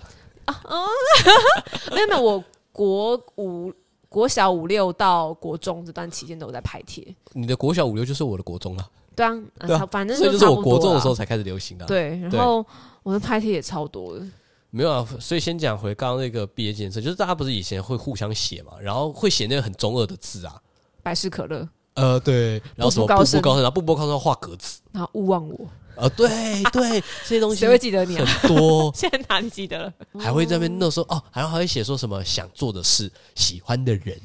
没有没有，我国五国小五六到国中这段期间都有在拍贴。
你的国小五六就是我的国中了，
对啊，啊
对啊
差反正
所以就是
差
我
不多
国中的
啦
时候才开始流行的啊、
对，然
对
后我的拍贴也超多的，
没有啊，所以先讲回刚刚那个毕业纪念册，就是大家不是以前会互相写嘛，然后会写那个很中二的字啊，
百事可乐，
呃，对，然后什么
步步高
步步
升
高升，然后步步高升要画格子，
然后勿忘我，
啊，对 对，这些东西
谁会记得 你啊？，
很多
现在哪里记得了？
还会在那边那时候哦，还还会写说什么想做的事、喜欢的人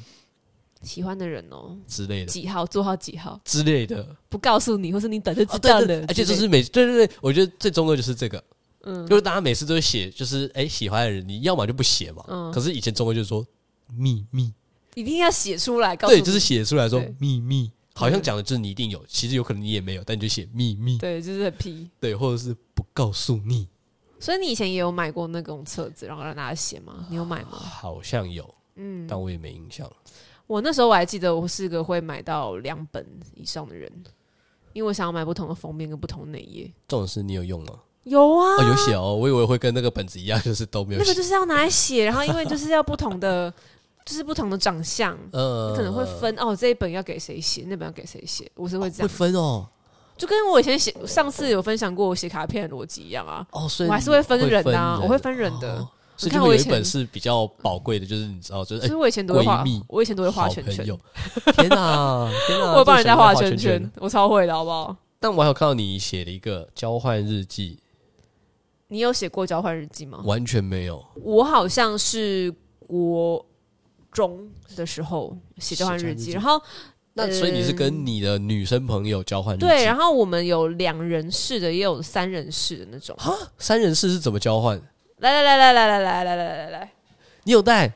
喜欢的人哦，
之类的
几号座号几号，
之类的，
不告诉你，或是你等就
啊
知
对
道
对
了。
而且
之
就
类
是
的
每对对对，我觉得最中二就是这个，
嗯
就是大家每次都会写，就是哎喜欢的人，你要么就不写嘛，
嗯
可是以前中文就是说秘密，
一定要写出来，告诉
对，
你
就是写出来说
对嗯
秘密，好像讲的就是你一定有，其实有可能你也没有，但你就写秘密，
对，就是很皮。
对，或者是不告诉你，
所以你以前也有买过那种册子，然后让大家写吗？你有买吗？
好像有，
啊嗯，
但我也没印象了。
我那时候我还记得，我是个会买到两本以上的人，因为我想要买不同的封面跟不同内页。
重点是你有用吗？
有啊，
哦，有写哦，我以为会跟那个本子一样，就是都没有
那个
写。
就是要拿来写，然后因为就是要不 同的，就是不同的长相，
呃
你可能会分哦，这一本要给谁写，那本要给谁写，我是会这
会
样，
分哦，
就跟我以前写上次有分享过我写卡片的逻辑一样啊，
哦，所以
我还是会分
你
人啊，
人
我会分人的，
哦所以
看
就
我
会
以
有一本
前
是比较宝贵的，就是你知道，就是
所以
哎，
我以前都会
闺
画
蜜，
我以前都会画
好
圈
朋
圈，
友。天哪，天哪！
我会帮人家画
圈
圈圈，我超会的好不好？
但我还有看到你写了一个交换日记，
你有写过交换日记吗？
完全没有
我好像是国中的时候写交换日记，
写交换日记
然后
那，所以你是跟
嗯
你的女生朋友交换日记？
对，然后我们有两人式的，也有三人式的那种。
三人式是怎么交换？
来来来来来来来来来来来，
你有带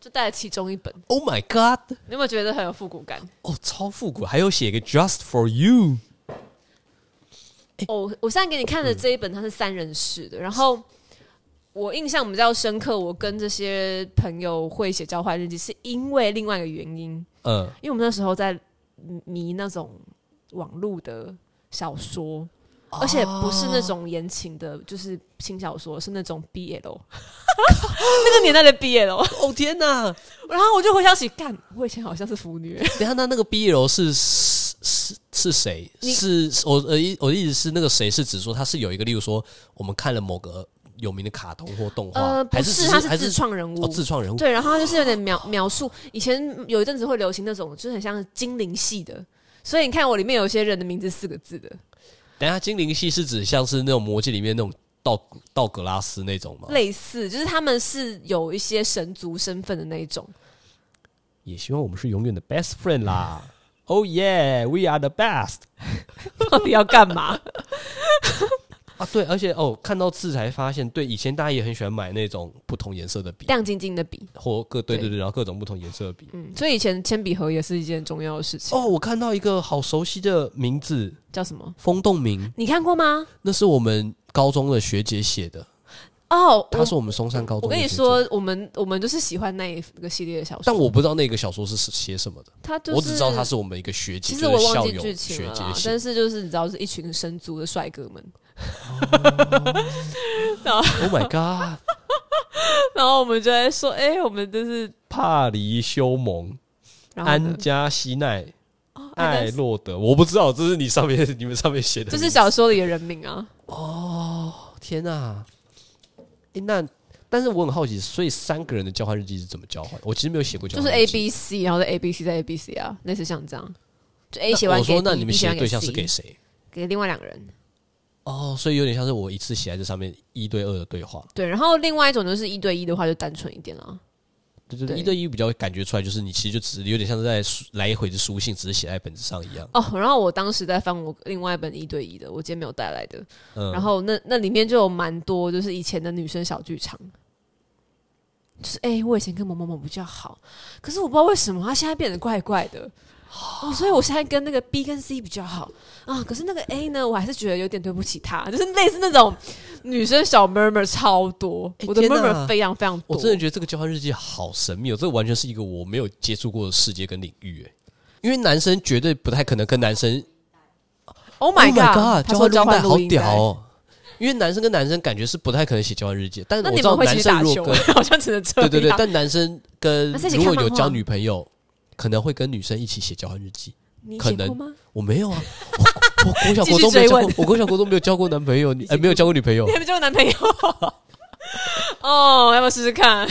就带了其中一本，
？Oh my god！
你有没有觉得很有复古感？
哦，超复古，还有写一个 Just for you。
哦，我现在给你
嗯
看的这一本它是三人式的，然后我印象比较深刻，我跟这些朋友会写交换日记，是因为另外一个原因，
嗯，
因为我们那时候在迷那种网络的小说。而且不是那种言情的，就是轻小说，是那种 BL，那个年代的 BL。
哦天哪！
然后我就回想起，干，我以前好像是腐女，欸
等一下，那那个 BL 是是是是谁？
你
是我呃意我的意思是那个谁是指说他是有一个，例如说我们看了某个有名的卡通或动画，
呃，不
还是只
他
还
是自创人物，
哦自创人物
对，然后他就是有点描描述，以前有一阵子会流行那种，就是很像精灵系的。所以你看，我里面有些人的名字四个字的，
等一下，精灵系是指像是那种魔戒里面那种道道格拉斯那种吗？
类似就是他们是有一些神族身份的那一 种。
也希望我们是永远的 best friend 啦。Oh yeah, we are the best。
到底要干嘛？
啊，对，而且哦，看到字才发现，对，以前大家也很喜欢买那种不同颜色的笔，
亮晶晶的笔，
或各对
对
对对，然后各种不同颜色的笔。
嗯，所以以前铅笔盒也是一件重要的事情。
哦，我看到一个好熟悉的名字，
叫什么？
风动明，
你看过吗？
那是我们高中的学姐写的，
哦，
她是我们松山高
我
中。
我跟你，说，我们我们就是喜欢那一个系列的小说，
但我不知道那个小说是写什么的，
他就是
我只知道她是我们一个学姐，
其
就
实
是
我忘
校
记
友
剧
学
情了啦
姐，写
但是就是你知道，是一群神族的帅哥们。
Oh my god！
然后我们就在说，哎、我们就是
帕黎修蒙、
然后呢
安加西奈、
哦爱
艾
德
洛德，我不知道，这是你上面你们上面写的名
就
字，
是小说里的人名啊。
哦，天啊！诶那但是我很好奇，所以三个人的交换日记是怎么交换？我其实没有写过交
就
换
是
日
A
记，
B C，然后再 A B C 再 A B C 啊，类似像这样，就
那
A 写完
我
给
说，那
B，
你们
B
写的
完
对象是
给
给
C，
谁？
给另外两个人。
哦，所以有点像是我一次写在这上面一对二的对话，
对，然后另外一种就是一对一的话就单纯一点了。
对对
对
对，一对一比较感觉出来，就是你其实就只是有点像是在书来回的书信，只是写在本子上一样。
哦，然后我当时在翻我另外一本一对一的，我今天没有带来的。
嗯，
然后那那里面就有蛮多就是以前的女生小剧场，就是哎、诶我以前跟某某某比较好，可是我不知道为什么她现在变得怪怪的。哦，所以我现在跟那个 B 跟 C 比较好啊，可是那个 A 呢，我还是觉得有点对不起她，就是类似那种女生小 murmur 超多，
诶
我的
天哪
murmur 非常非常多。
我真的觉得这个交换日记好神秘哦，这完全是一个我没有接触过的世界跟领域诶，因为男生绝对不太可能跟男生
Oh my
god，
他
交
说
换
交
带
换
好
录音带
屌哦！因为男生跟男生感觉是不太可能写交换日记，但是
那
我
你
知
们
道
会一
男
起
生
打
如
球
果
吗
跟？
好像只能这
对 对对
样，。
但男生跟
男生一起
如果
看
有
漫画
交女朋友，可能会跟女生一起写交换日记。
你
可
写过
能
吗？
我没有啊，我我国小
继续
国中没有交
追
过
问，
我国小国中没有交过男朋 友，你呃没有交过女朋友
你，还没交过男朋友？ 哦，要不要试试看？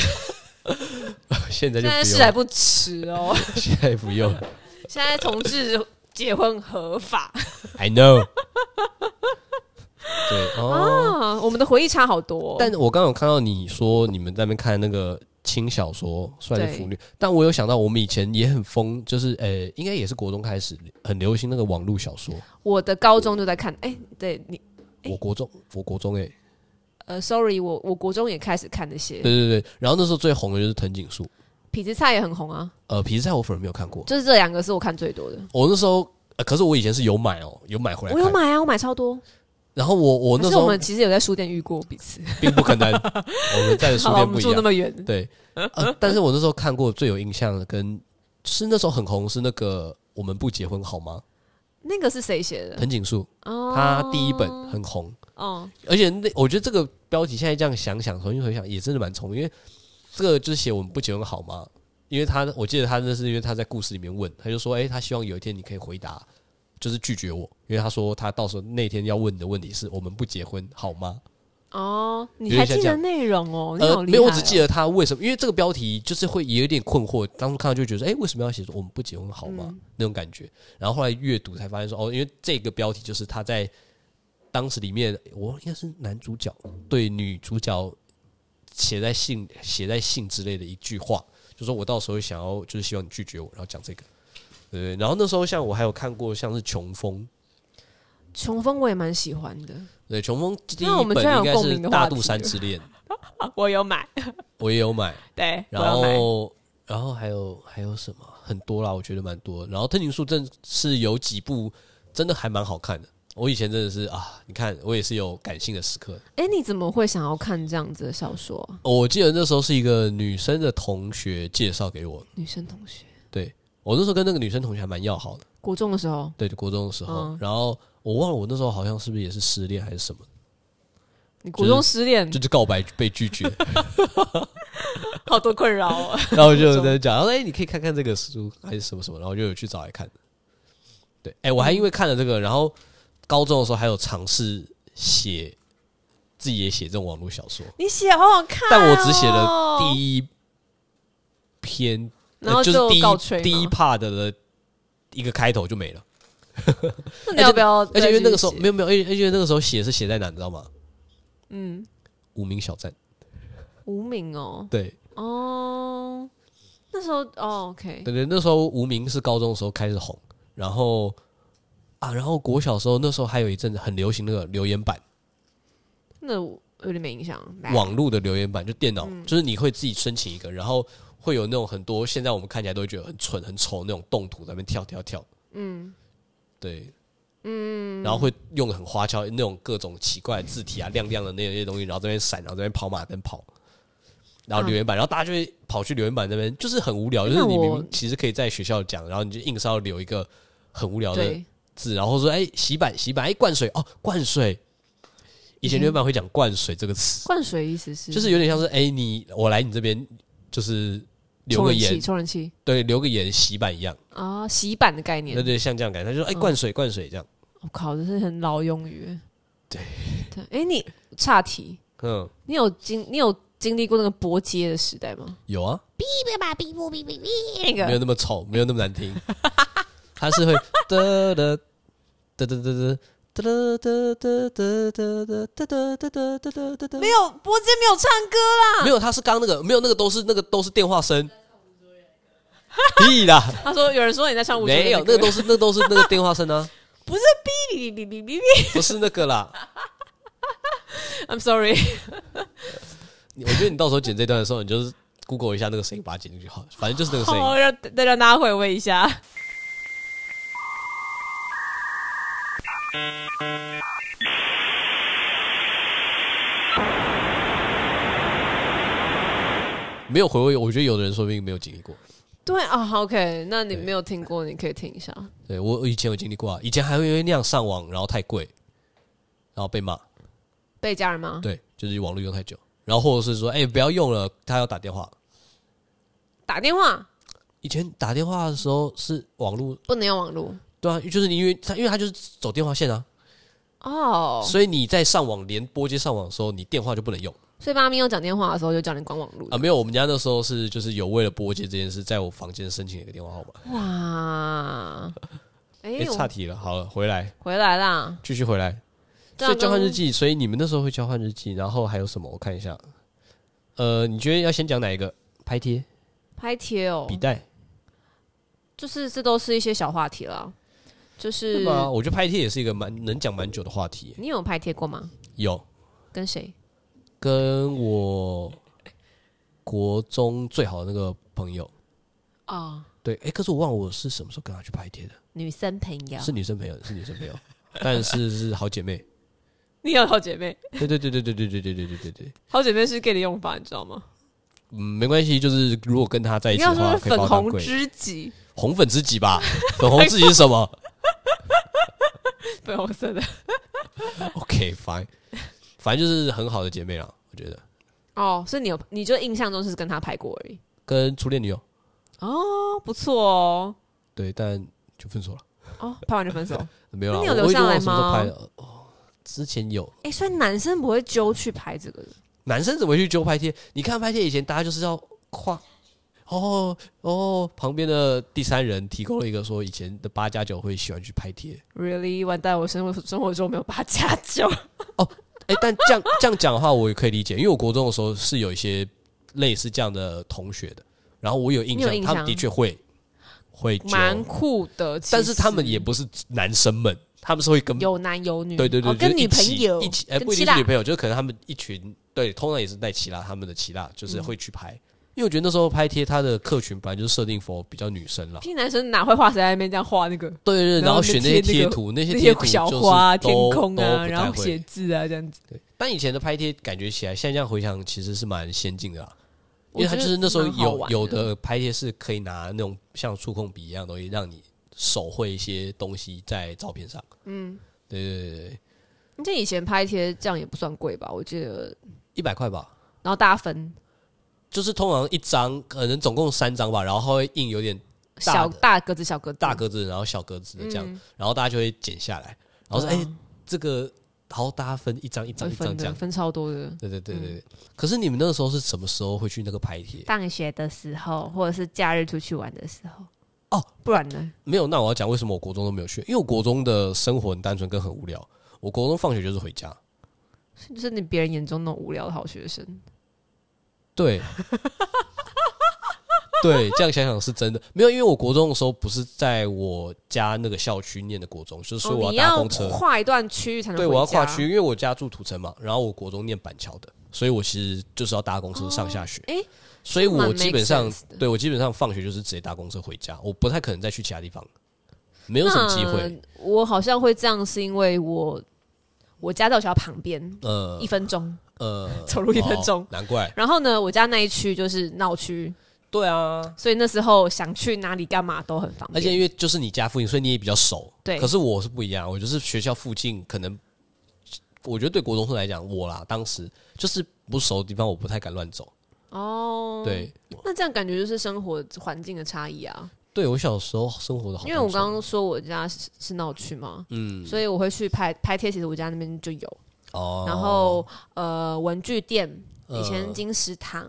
现在就
现在
不
是
用
还
了，
不迟哦，
现在不用了。
现在同志结婚合法
I know 对。对哦，
啊！我们的回忆差好多、哦，
但我刚刚有看到你说你们在那边看那个轻小说，算是
对
腐女，但我有想到我们以前也很疯，就是呃、应该也是国中开始很流行那个网络小说。
我的高中就在看，哎、对你，
我国中，我国中哎、
呃，sorry，我我国中也开始看那些
对对对。然后那时候最红的就是藤井树，
痞子菜也很红啊，
呃，痞子菜我反而没有看过。
就是这两个是我看最多的。
我那时候、呃可是我以前是有买哦，有买回来
我有
看。
买啊，我买超多。
然后我我
可
那
是
时
我
候
们其实有在书店遇过彼此，
并不可 能，我们在的书
好吧，
店
我
不一
们住那
样。
么远，
对，呃，但是我那时候看过最有印象的跟是那时候很红是那个我们不结婚好吗？
那个是谁写的？
藤井树，
哦，
他第一本很红，
哦，
而且那我觉得这个标题现在这样想想，重新回想也真的蛮冲，因为这个就是写我们不结婚好吗？因为他我记得他那是因为他在故事里面问，他就说，哎、他希望有一天你可以回答，就是拒绝我，因为他说他到时候那天要问的问题是我们不结婚好吗？
哦，你
有
还
点像
记
这
得
样
内容哦？你好
呃，
厉
没
害、哦
有，我只记得他为什么，因为这个标题就是会有一点困惑，当初看到就觉得，哎、为什么要写说我们不结婚好吗、
嗯
那种感觉？然后后来阅读才发现说，哦，因为这个标题就是他在当时里面，我应该是男主角对女主角写在信写在信之类的一句话，就说我到时候想要就是希望你拒绝我，然后讲这个。对，对对然后那时候像我还有看过像是《穷疯》，
穷疯我也蛮喜欢的，
对，《穷疯》第
那我
一
们居然
本应该
有共
是
鸣的
《大
话
肚
题
山
了
之恋》，
我有买，
我也有买，
对，我
然
有买。
后，然后还有还有什么？很多啦，我觉得蛮多的。然后《藤井树》真是有几部真的还蛮好看的。我以前真的是啊，你看我也是有感性的时刻。
哎、你怎么会想要看这样子的小说啊、
我记得那时候是一个女生的同学介绍给我，
女生同学，
对我那时候跟那个女生同学还蛮要好的，
国中的时候，
对，国中的时候。
嗯
然后我忘了我那时候好像是不是也是失恋还是什么，
你国中失恋，
就是告白被拒 绝，
好多困扰哦。
然后就在讲，然后哎、你可以看看这个书还是什么什么，然后就有去找来看。对，哎、我还因为看了这个，然后高中的时候还有尝试写，自己也写这种网络小说，
你写好好看、哦
但我只写了，第一篇，
然后
呃就是第
告吹
一第一 part 的一个开头就没了。
那你要不要？
而且因为那个时候没
有，
有没有，而且而且那个时候写是写在哪，你知道吗？嗯，无名小站。
无名哦，
对
哦，那时候哦，OK，
对对，那时候无名是高中的时候开始红，然后啊，然后国小时候那时候还有一阵子很流行那个留言板，
那我有点没影响。来嗯
网络的留言板，就电脑，就是你会自己申请一个，然后会有那种很多现在我们看起来都会觉得很蠢、很丑那种动图在那边跳跳跳，嗯，对，嗯，然后会用得很花俏那种各种奇怪的字体啊、亮亮的那些东西，然后这边闪，然后这边跑马灯跑，然后留言板，然后大家就会跑去留言板那边，就是很无聊，就
那
是你明
啊我
明其实可以在学校讲，然后你就硬是要留一个很无聊的
对，
字，然后说哎、洗板洗板，哎、灌水哦灌水，以前
以前
留言板会讲灌水这个词。
灌水意思是
就是有点像是哎、你我来你这边就是留个
充人
言
气，，充人气
对，留个言洗版一样，
啊，洗版的概念
对。对，像这样感觉，他就说哎、
嗯
灌水灌水这样，
我靠，这是很老用语。
对
对，哎、你岔题，
嗯，
你有经你有经历过那个波接的时代吗？
有啊，
别把哔啵哔哔哔那
没有
个，
那么丑，没有那么难听，他是会得得得得得得得得得得得得得得得得得得，
没有波接没有唱歌啦。
没有，他是刚那个没有那个都是那个都是电话声，屁啦，
他说有人说你在唱吴卓燮的
没有，那
歌
个都是那个都是那个电话声啊，
不是哔哔哔哔哔
不是那个啦。
哔。I'm sorry，
你我觉得你到时候剪这段的时候，你就是 Google 一下那个声音，把它剪进去好了，反正就是那个声
好
音。
让再让大家回味一下。
没有回味，我觉得有的人说不定没有经历过。
对啊好，OK，那你
对
没有听过，你可以听一下。
对我我以前有经历过啊，以前还会因为那样上网，然后太贵，然后被骂。
被家人吗？
对，就是网络用太久，然后或者是说，哎、不要用了，他要打电话。
打电话
以前打电话的时候是网络，
不能用网络
对啊，就是你因为他，因为他就是走电话线啊，
哦。
所以你在上网连拨接上网的时候，你电话就不能用
所以妈咪要讲电话的时候，就叫你关网络
啊。。没有，我们家那时候是就是有为了拨接这件事，在我房间申请了一个电话号码。
嗯哇，哎、
哎、
我
岔题了，好了，回来
回来啦。
继续回来。
对啊
所以交换日
刚
记，所以你们那时候会交换日记，然后还有什么？我看一下。呃，你觉得要先讲哪一个？拍贴、
拍贴哦
笔，袋
就是这都是一些小话题啦。就是
是吗？我觉得拍贴也是一个蛮能讲蛮久的话题。
你有拍贴过吗？
有
跟谁？
跟我国中最好的那个朋友，
哦，
对，哎、可是我忘了我是什么时候跟他去拍贴的，
女生朋友
是女生朋友，是女生朋友，但是是好姐妹。
你有好姐妹？
对对对对对对对对对对对对，
好姐妹是 gay 的用法，你知道吗？
嗯，没关系，就是如果跟他在一
你
起的
要说
话，
是
可以把
粉
我当
红
贵
知己，
红粉知己吧？粉红知己是什么？
粉红色的
OK fine，反正就是很好的姐妹啦，我觉得
哦，所以你有你就印象中是跟她拍过而已
跟初恋女友
哦，不错哦
对，但就分手了，
哦，拍完就分手。
没有啦，
那
我
你有留下来
我已经
吗
忘了什么时候拍的？哦，之前有
哎、所以男生不会揪去拍这个的，
男生怎么会去揪拍贴？你看拍贴以前大家就是要跨。哦哦，旁边的第三人提供了一个说，以前的八加九会喜欢去拍贴。
Really，完蛋！我生活生活中没有八加九，
哎、但这样这样讲的话，我也可以理解，因为我国中的时候是有一些类似这样的同学的，然后我有印
你
象，
有印
他们的
象
确会会揪，
蛮酷的。其
但是他们
实
也不是男生们，他们是会跟
有男有女，
对对对，
哦
就
跟
是一
女朋
起
友
一起，哎，
跟
不一
七
定是
辣
女朋友，就是可能他们一群，对，通常也是带齐拉他们的齐拉，就是会去拍。因为我觉得那时候拍贴，他的客群本来就是设定 for 比较女生啦，
屁男生哪会画谁在那边这样画那个
对对，对
然后
然后选那些
贴那
贴
个
图，那些
那
贴
些
图
小
就是
花、
都
天空
都
啊，
不
然
太
后
会
写字啊这样子？
对，但以前的拍贴感觉起来，现在这样回想，其实是蛮先进的啦。啊因
我
为他
觉
就
得
是那时候
蛮好
有
玩
有
的
的拍贴是可以拿那种像触控笔一样的东西，让你手绘一些东西在照片上。嗯，对对对对，
这以前拍贴这样也不算贵吧？我记得，
一百块吧，
然后大家分
就是通常一张可能总共三张吧，然后它会印有点大
小
的
大格子、小格子、
大格子，然后小格子的这样，
嗯
然后大家就会剪下来，然后说：“
对
哎、
啊
这个好，大家分一张一张
会
一张
分
这
的，嗯
样。
分超多的”。
对对对对对。可是你们那时候是什么时候会去那个拍贴？
上学的时候，或者是假日出去玩的时候，
哦，
不然呢？
没有，那我要讲为什么我国中都没有去，因为我国中的生活很单纯跟很无聊。我国中放学就是回家，
就是你别人眼中那种无聊的好学生。
对， 对，这样想想是真的。没有，因为我国中的时候不是在我家那个校区念的国中，就是说
哦
我
你
搭
要
公车，
跨一段区域才能
对，我要
回家
跨区，。因为我家住土城嘛，然后我国中念板桥的，所以我其实就是要搭公车上下学。
哦诶
所以
蛮
我
make
基本上
sense 的
对我基本上放学就是直接搭公车回家，我不太可能再去其他地方，没有什么机会。
那我好像会这样，是因为我我家在我学校旁边，
呃
一分钟。
呃，
走路一分钟
哦难怪。
然后呢，我家那一区就是闹区，
对啊，
所以那时候想去哪里干嘛都很方
而且
便。
因为就是你家附近，所以你也比较熟。
对
可是我是不一样，我就是学校附近，可能我觉得对国中生来讲，我啦，当时就是不熟的地方，我不太敢乱走。
哦，，
对，
那这样感觉就是生活环境的差异啊。
对我小时候生活的好，啊
因为我刚刚说我家是是闹区嘛，
嗯
所以我会去拍拍贴，其实我家那边就有。
哦，
然后呃，文具店以前
呃
金石堂，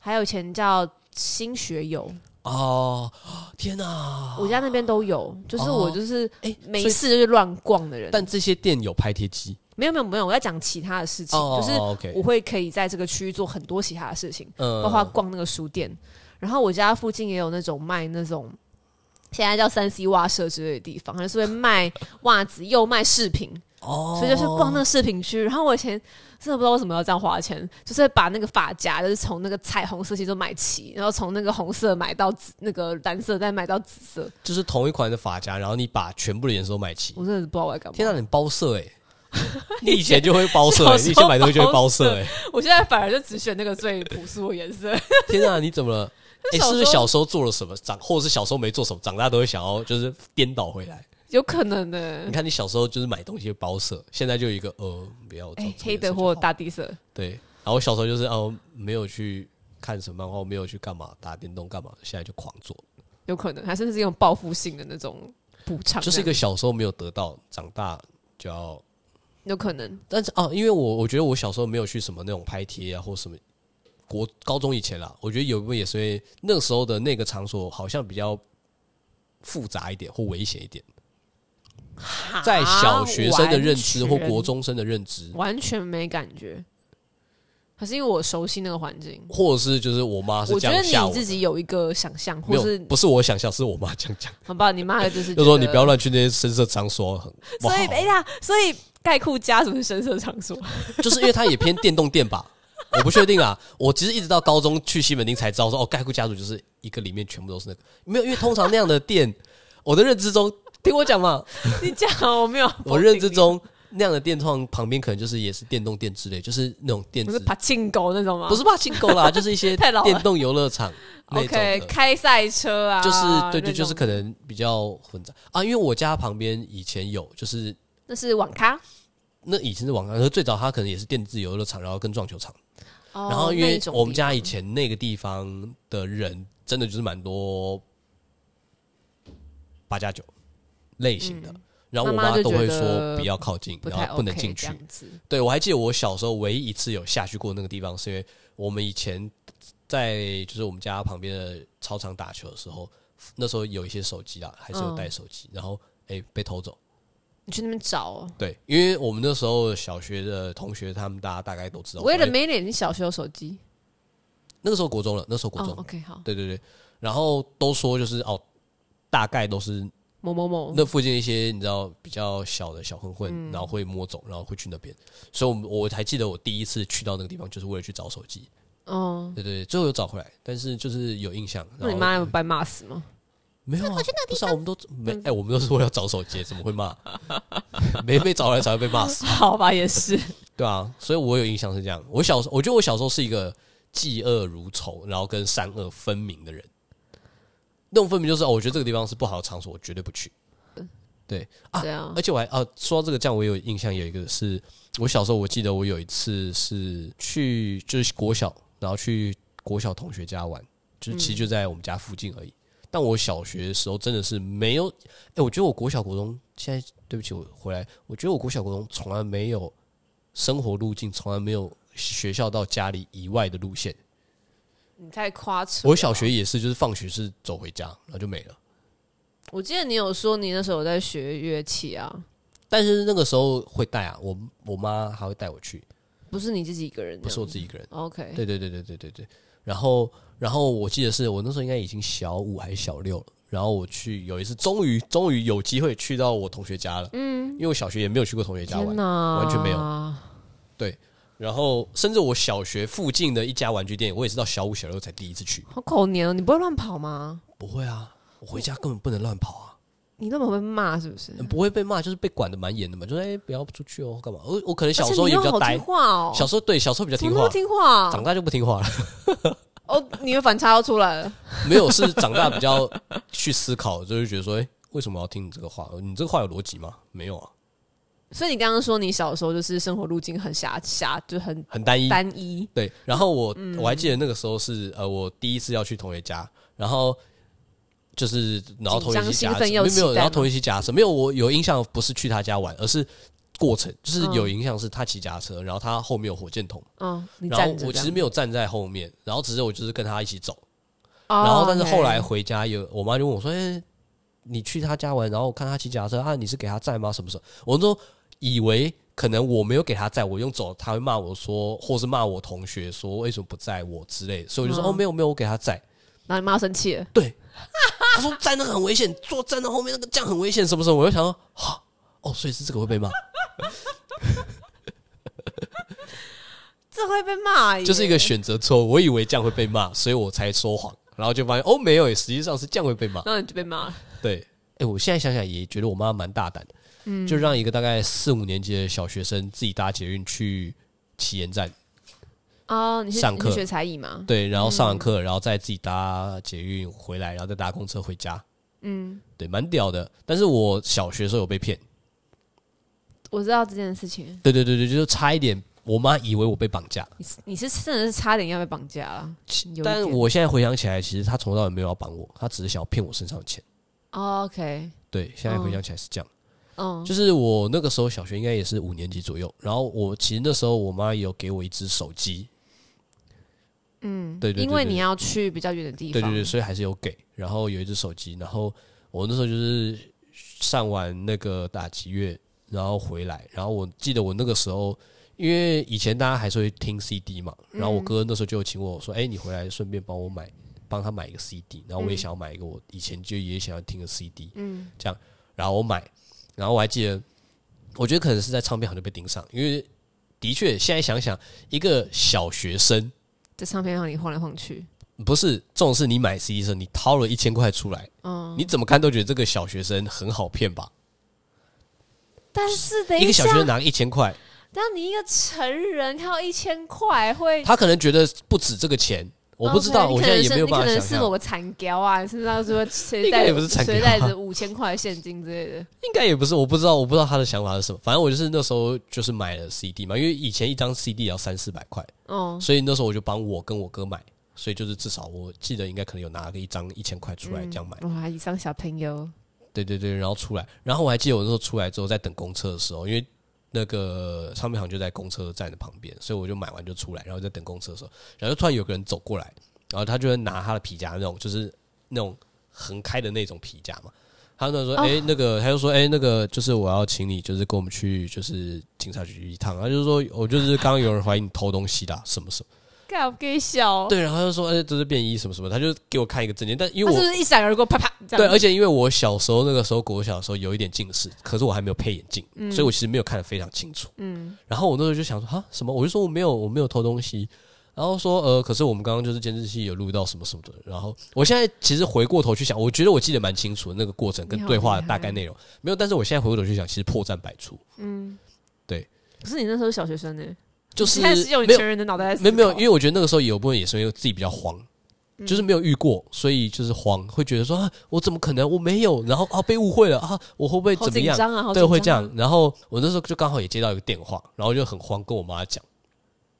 还有以前叫新学友，
哦，天哪！
我家那边都有。就是
哦
我就是
哎
没
所以
事就是乱逛的人。
但这些店有拍贴机，
没有没有没有，我要讲其他的事情，
哦
就是
哦，OK
我会可以在这个区域做很多其他的事情，
嗯
包括逛那个书店。然后我家附近也有那种卖那种现在叫三 C 袜社之类的地方，它就是会卖袜子又卖饰品，
哦，
所以就是逛那个饰品区。然后我以前真的不知道为什么要这样花钱，就是会把那个发夹就是从那个彩虹色系都买齐，然后从那个红色买到紫，那个蓝色，再买到紫色。
就是同一款的发夹，然后你把全部的颜色都买齐。
我真的不知道我在干嘛。
天哪，你包色哎、你以前就会包色、欸，
小时候
你以前买东西就会包色
包
哎、
我现在反而就只选那个最朴素的颜色。
天哪，你怎么 了？哎、
就小
是不是
时候
小时候做了什么长，或者是小时候没做什么，长大都会想要就是颠倒回来？
有可能呢、
你看你小时候就是买东西会包色，现在就有一个呃不要、
哎、
这种
黑
颜色
的
就
或
好
大地色，
对，然后我小时候就是哦、没有去看什么漫画，没有去干嘛打电动干嘛，现在就狂做。
有可能，还甚至是用报复性的那种补偿，
就是一个小时候没有得到，长大就要。
有可能。
但是哦，因为我我觉得我小时候没有去什么那种拍贴啊，或什么国高中以前啦，我觉得有一部分也是因为那时候的那个场所好像比较复杂一点或危险一点，在小学生的认知或国中生的认知，
啊完全完全没感觉，还是因为我熟悉那个环境。
或者是就是我妈是
我
这
觉
样
得
吓
你
我的。
自己有一个想象，
没
或
有
是，
不是我想象，是我妈这样讲，
好吧，你妈的就是
就说你不要
乱。
乱去那些深色场所，很不
所以，
好
哎呀，所以盖库家族是深色场所，
就是因为它也偏电动店吧， 我不确定啊。我其实一直到高中去西门町才知道说，哦，盖库家族就是一个里面全部都是那个，没有，因为通常那样的店， 我的认知中，听我讲 嘛，
你讲啊我没有否定你，
我认知中那样的店通常旁边可能就是也是电动店之类，就是那种电
不
子
是，爬庆狗那种吗？
不是吧？进购 啦，就是一些
太老了
电动游乐场那种
，OK，
的。
开赛车啊，
就是对对，
那
就是
种
可能比较混杂啊，因为我家旁边以前有，就是
那是网咖，
那以前是网咖，可是最早它可能也是电子游乐场，然后跟撞球场。
然
然后因为我们家以前那个地方的人，真的就是蛮多八加九类型的。然后我
嗯妈妈
妈
就
都会
觉
说
得
不要靠近，
不太
然
OK,
后不能进
这
去。
样子
对我还记得我小时候唯一一次有下去过那个地方，是因为我们以前在就是我们家旁边的操场打球的时候，那时候有一些手机啊啦，还是有带手机，然后哎、被偷走。
你去那边找、哦。
对，因为我们那时候小学的同学，他们大家大概都知道。
为了
所以
没脸，你小学有手机？
那个时候国中了，那时候国中
哦、，OK，好，
对对对，然后都说就是哦，大概都是
某某某，
那附近一些你知道比较小的小混混，
嗯
然后会摸走，然后会去那边。所以我们，我还记得我第一次去到那个地方，就是为了去找手机。
嗯，
对对对，最后有找回来，但是就是有印象。
那
然后
你妈有被骂死 吗？
没有啊？不是啊，我们都没
嗯
哎、我们都是为了找手机，怎么会骂？ 没被找回来才会被骂死。
好吧，也是，
对啊，所以我有印象是这样。我小时候，我觉得我小时候是一个嫉恶如仇，然后跟善恶分明的人。那种分明就是，哦，我觉得这个地方是不好的场所，我绝对不去。对，
对啊
而，且我还啊，说到这个，这样我有印象，有一个是我小时候，我记得我有一次是去就是国小，然后去国小同学家玩，就是其实就在我们家附近而已。但我小学的时候真的是没有，哎、我觉得我国小国中现在对不起，我回来，我觉得我国小国中从来没有生活路径，从来没有学校到家里以外的路线。
你太夸张。
我小，学也是，就是放学是走回家，然后就没了。
我记得你有说你那时候有在学乐器啊，
但是那个时候会带啊，我我妈还会带我去，
不是你自己一个人，
不是我自己一个人。
OK，
对对对对对对对。然后，然后我记得是我那时候应该已经小五还是小六了。然后我去有一次，终于终于有机会去到我同学家了。嗯，因为我小学也没有去过同学家玩
天，哪，
完全没有对。然后，甚至我小学附近的一家玩具店，我也是到小五、小六才第一次去。
好狗年哦！你不会乱跑吗？
不会啊，我回家根本不能乱跑啊，
你那么会骂是不是？
不会被骂，就是被管的蛮严的嘛，就是哎、不要出去哦，干嘛？我我可能小
而且
时候
你
也
又
比较
好
呆
听，话哦，
小时候对小时候比较
怎
听
么那
话
么，听话
长大就不听话了。
哦，你的反差要出来了。
没有，是长大比较去思考，就是觉得说，哎、为什么要听你这个话？你这个话有逻辑吗？没有啊，
所以你刚刚说你小时候就是生活路径很狭狭，就很
很单一。
单一。嗯
对，然后我、我还记得那个时候是呃，我第一次要去同学家，然后就是然后同学一起
紧
夹
张兴奋又
没有没有，
期待
然后
吗
同学一起夹车，没有我有印象不是去他家玩，而是过程，就是有印象是他骑夹车，然后他后面有火箭筒，
嗯，你
然后
站着
我
这
其
样。
实没有站在后面，然后只是我就是跟他一起走，
哦
然后但是后来
OK
回家有我妈就问我说：“哎、你去他家玩，然后我看他骑脚踏车啊，你是给他载吗？什么时候？”我那时候以为可能我没有给他载，我用走，他会骂我说，或是骂我同学说为什么不载我之类的，所以我就说：“
嗯
哦，没有没有，我给他载。
然后你妈生气了”，
对，他说载那个很危险，坐站到后面那个这样很危险，什么时候？我就想说，哈哦，所以是这个会被骂，
这会被骂 耶，
就是一个选择错误。我以为这样会被骂，所以我才说谎，然后就发现哦，没有耶，实际上是这样会被骂。
然后你就被骂了。
对，哎、我现在想想也觉得我妈蛮大胆的，
嗯
就让一个大概四五年级的小学生自己搭捷运去旗岩站，
哦，你是
上
你
课
是学才艺吗？
对，然后上
嗯
完课，然后再自己搭捷运回来，然后再搭公车回家，嗯，对，蛮屌的。但是我小学的时候有被骗，
我知道这件事情。
对对对对，就是差一点，我妈以为我被绑架，
你是你是真的是差点要被绑架了，有一
但
点
我现在回想起来，其实她从头到尾没有要绑我，她只是想要骗我身上的钱。
哦 OK，
对，现在回想起来是这样。
嗯，
就是我那个时候小学应该也是五年级左右，然后我其实那时候我妈有给我一只手机，嗯，对对对
因为你
对
要去比较远的地
对
方，
对对，所以还是有给，然后有一只手机，然后我那时候就是上完那个打击乐，然后回来，然后我记得我那个时候。因为以前大家还是会听 CD 嘛，然后我
嗯
哥那时候就有请我说：“哎、你回来顺便帮我买，帮他买一个 CD。”然后我
嗯
也想要买一个我以前就也想要听的 CD，嗯，这样，然后我买，然后我还记得，我觉得可能是在唱片行就被盯上，因为的确现在想想，一个小学生
在唱片行里晃来晃去，
不是重视你买 CD 的时候，你掏了一千块出来，
嗯，
你怎么看都觉得这个小学生很好骗吧？
但是等
一
一
个小
下
学，生拿个一千块，
当你一个成人看到一千块会，
他可能觉得不止这个钱，我不知道，
OK，
我现在
你
也
哦可能是
没有办法
你可
想
能是某
象，
个残雕啊，你身上是会
应
携
该
带
也不是残
携
雕啊
带着五千块的现金之类的，
应该也不是，我不知道，我不知道他的想法是什么。反正我就是那时候就是买了 CD 嘛，因为以前一张 CD 也要三四百块，
嗯，
所以那时候我就帮我跟我哥买，所以就是至少我记得应该可能有拿个一张一千块出来这样买。
哇，以上小朋友，
对对对，然后出来，然后我还记得我那时候出来之后在等公车的时候，因为那个唱片行就在公车站的旁边，所以我就买完就出来，然后在等公车的时候，然后就突然有个人走过来，然后他就会拿他的皮夹那种，就是那种横开的那种皮夹嘛。他那时候说：“
哦
哎、那个，他就说，哎、那个，就是我要请你，就是跟我们去，就是警察局一趟。他就说，我就是刚刚有人怀疑你偷东西的啊、什么什么。
干不给小，
对，然后他就说，哎、这是便衣什么什么。他就给我看一个证件，但因
他
为我
是不是一闪而过，啪啪这
对，
样？
而且因为我小时候那个时候国小的时候有一点近视，可是我还没有配眼镜，所以我其实没有看得非常清楚。
嗯，
然后我那时候就想说啊什么，我就说我没有我没有偷东西，然后说呃，可是我们刚刚就是监视器有录到什么什么的。然后我现在其实回过头去想，我觉得我记得蛮清楚的那个过程跟
你好
对话的
厉害
大概内容没有，但是我现在回过头去想，其实破绽百出，
嗯可是你那时候小学生呢，
就是
你现在是用哦你
没有
成人的脑袋在思
没有没有，
考
因为我觉得那个时候有部分也是因为自己比较慌，
嗯
就是没有遇过，所以就是慌，会觉得说啊，我怎么可能我没有，然后啊被误会了啊，我会不会
好
怎么
紧
样？
张啊，好
对，
紧
会这
张啊
样。。然后我那时候就刚好也接到一个电话，然后就很慌，跟我妈讲。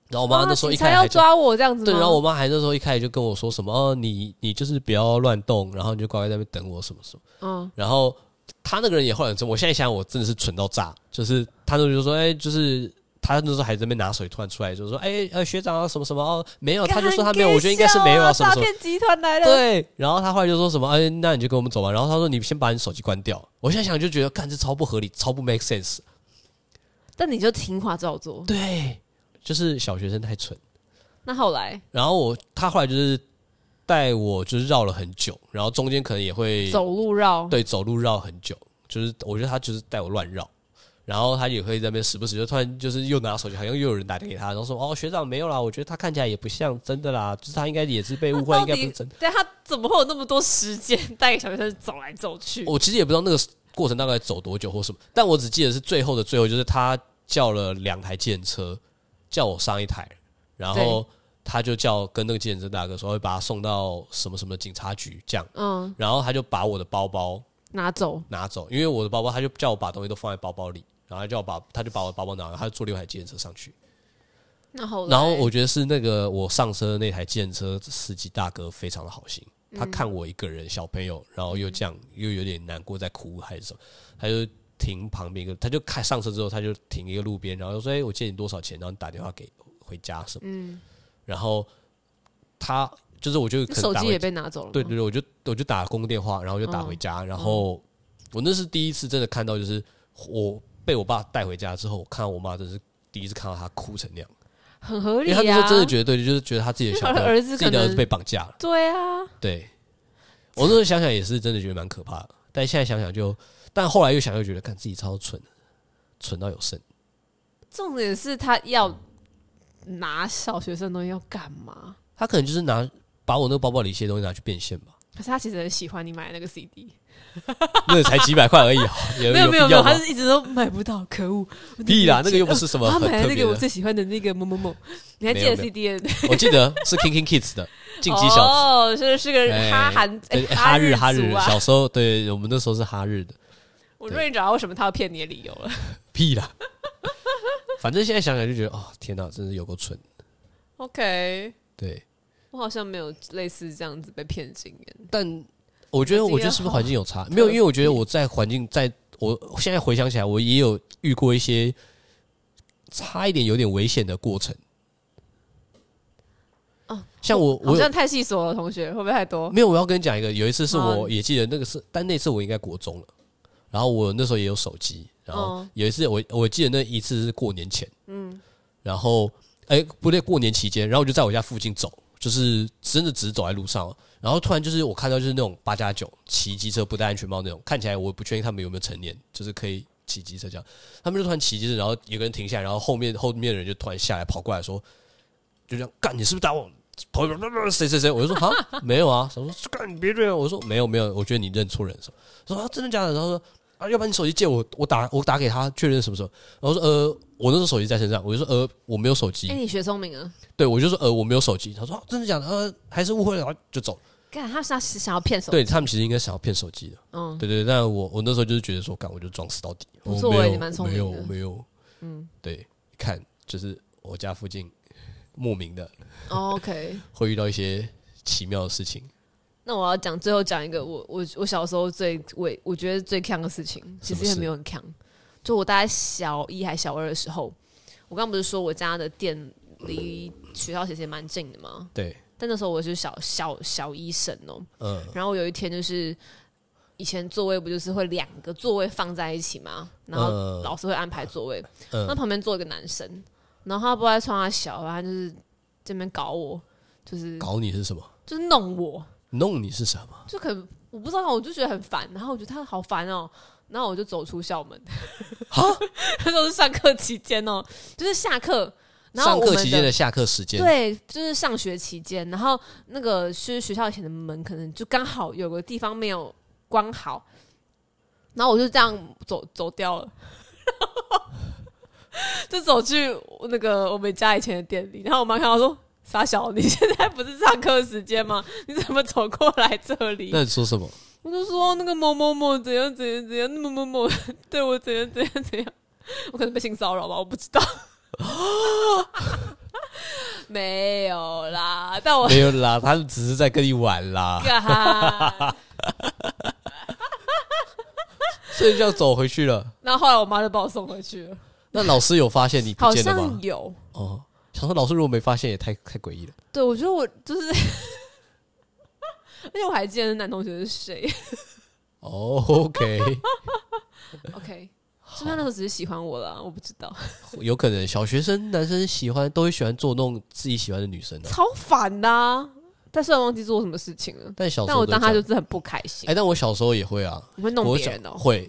然后我妈
啊
那时候一
警察
开始
要
还就
抓我这样子吗，
对，然后我妈还那时候一开始就跟我说什么哦，你你就是不要乱动，然后你就乖乖在那边等我什么什么。
嗯，
然后她那个人也后来很真，我现在想想我真的是蠢到炸，就是她那时候就说哎，就是。她那时候还在那边拿水，突然出来就说：“哎、呃，学长啊，什么什么哦，没有。”她就说她没有，我觉得应该是没有啊，
啊，
什么
诈
什么。
骗集团来了，
对，然后他后来就说什么，哎，那你就跟我们走吧。然后他说你先把你手机关掉。我现在想就觉得，干这超不合理，超不 make sense。
但你就听话照做，
对，就是小学生太蠢，
那后来
然后我他后来就是带我就是绕了很久，然后中间可能也会
走路绕，
对走路绕很久，就是我觉得他就是带我乱绕。然后他也会在那边时不时就突然就是又拿手机，好像又有人打电话给他，然后说：“哦，学长没有啦，我觉得他看起来也不像真的啦，就是他应该也是被误会，应
到
该不是
底
真的。
对他怎么会有那么多时间带给小学生走来走去？”
我其实也不知道那个过程大概走多久或什么，但我只记得是最后的最后，就是他叫了两台计程车，叫我上一台，然后他就叫跟那个计程车大哥说会把他送到什么什么警察局这样，
嗯，
然后他就把我的包包
拿走，
拿走，因为我的包包他就叫我把东西都放在包包里，然后他叫我把他就把我的包包拿，他就坐另外一台计程车上去，
然后
然后我觉得是那个我上车的那台计程车司机大哥非常的好心，
嗯
他看我一个人小朋友，然后又这样又有点难过在哭还是什么，他就停旁边一个，他就开上车之后他就停一个路边，然后就说：“哎、我借你多少钱？”然后你打电话给回家什么，
嗯，
然后他就是我就
那
可能
手
打
机
回
也被哦拿走了吗，
对对对，我就我就打公共电话，然后就打回家，然后我那是第一次真的看到，就是我被我爸带回家之后，我看到我妈真是第一次看到她哭成那样。
很合
因
理
为
啊。
他那时候真的觉得，对，就是觉得他自己的小朋
因
友
为他的儿子
自己
可能
的儿子被绑架了。
对啊，
对，我那时候想想也是真的觉得蛮可怕的，但现在想想就，但后来又想又觉得，看自己超蠢的，蠢到有剩。
重点是他要拿小学生的东西要干嘛？
他可能就是拿把我那个包包里一些东西拿去变现 吧，
可是他其实很喜欢你买的那个 CD，
那才几百块而已，也
没
有必
没有没有，
要
他
吗？
是一直都买不到，可恶！
屁啦，那个又不是什么
哦他
很
买
特
了那
别
个我
的。
最喜欢的那个某某某，你还记
没有没
得
有
CD 的
我记得是 King King Kids 的晋级小子。
哦，是是个
哎
哈韩哎
对哈日
日
哈日，
族啊！
小时候对我们那时候是哈日的，
我终于找到为什么他要骗你的理由了。
屁啦！反正现在想想就觉得，哦，天哪，真是有够蠢。
OK，
对，
我好像没有类似这样子被骗经验。
但我觉得，
我自己
我觉得是不是环境有差？没有，因为我觉得我在环境，在我我现在回想起来，我也有遇过一些差一点有点危险的过程。像我，
好
我有
像太细琐了，同学会不会太多？
没有，我要跟你讲一个，有一次是
好
我也记得那个是，但那次我应该国中了，然后我那时候也有手机，然后
嗯
有一次我我记得那一次是过年前，嗯，然后哎、不对，过年期间，然后我就在我家附近走，就是真的只是走在路上哦，然后突然就是我看到就是那种八加九骑机车不戴安全帽那种，看起来我不确定他们有没有成年，就是可以骑机车这样，他们就突然骑机车，然后有个人停下来，然后后面后面的人就突然下来跑过来说，就这样干，你是不是打我？头 谁谁谁，我就说哈没有啊，什么说干你别这样，我说没有没有，我觉得你认错人什么，说啊真的假的，然后说啊要不然你手机借我，我打我打给他确认什么时候，然后说呃我那时候手机在身上，我就说呃我没有手机，
哎，你学聪明了，
对我就说呃我没有手机，他说、啊、真的假的，呃还是误会了，然后就走，
干他是他想要骗手，
对他们其实应该想要骗手机的，
嗯，
对对对，但我我那时候就是觉得说干我就装死到底，
不
我
错
没
欸
有
你蛮聪明
没有
的
我没有，嗯
嗯
对，看就是我家附近莫名的
哦 OK。
会遇到一些奇妙的事情。
那我要讲最后讲一个我我我小时候最我我觉得最强的事情，其实也没有很强。就我大概小一还小二的时候，我刚不是说我家的店离学校其实也蛮近的嘛，
对，
但那时候我是小小小医生哦、
嗯，
然后有一天就是以前座位不就是会两个座位放在一起嘛，然后
嗯
老师会安排座位，
嗯
那旁边坐一个男生，然后他不知道在穿他小，然后他就是这边搞我，就是
搞你是什么？
就是弄我，
弄你是什么？
就可能我不知道，我就觉得很烦，然后我觉得他好烦哦、然后我就走出校门，
啊
那时候是上课期间哦、就是下课，然后
上
我们
课期间的下课时间，
对，就是上学期间，然后那个是学校以前的门，可能就刚好有个地方没有关好，然后我就这样走走掉了， 就走去那个我们家以前的店里，然后我妈看到说：“傻小，你现在不是上课时间吗？你怎么走过来这里？”
那你说什么？
我就说那个某某某怎样怎样怎样，那某某 某对我怎样怎样怎样，我可能被性骚扰吧，我不知道。 没有啦，但我，
没有啦，他们只是在跟你玩啦
干。
所以就要走回去了。
然后后来我妈就把我送回去 了，
那老师有发现你不
好
见了吗
像？有。
哦，想说老师如果没发现也太太诡异了。
对，我觉得我就是， 而且我还记得那男同学是谁。
哦，OK，
OK， 是不是他那时候只是喜欢我了？我不知道，
有可能小学生男生喜欢都会喜欢捉弄自己喜欢的女生的、
超烦的、啊。但虽然忘记做什么事情了，
但小时
但
候
我
都
当
这
他
样
就是很不开心
哎、，但我小时候也会啊，
你会弄
我
别
小
人哦，
会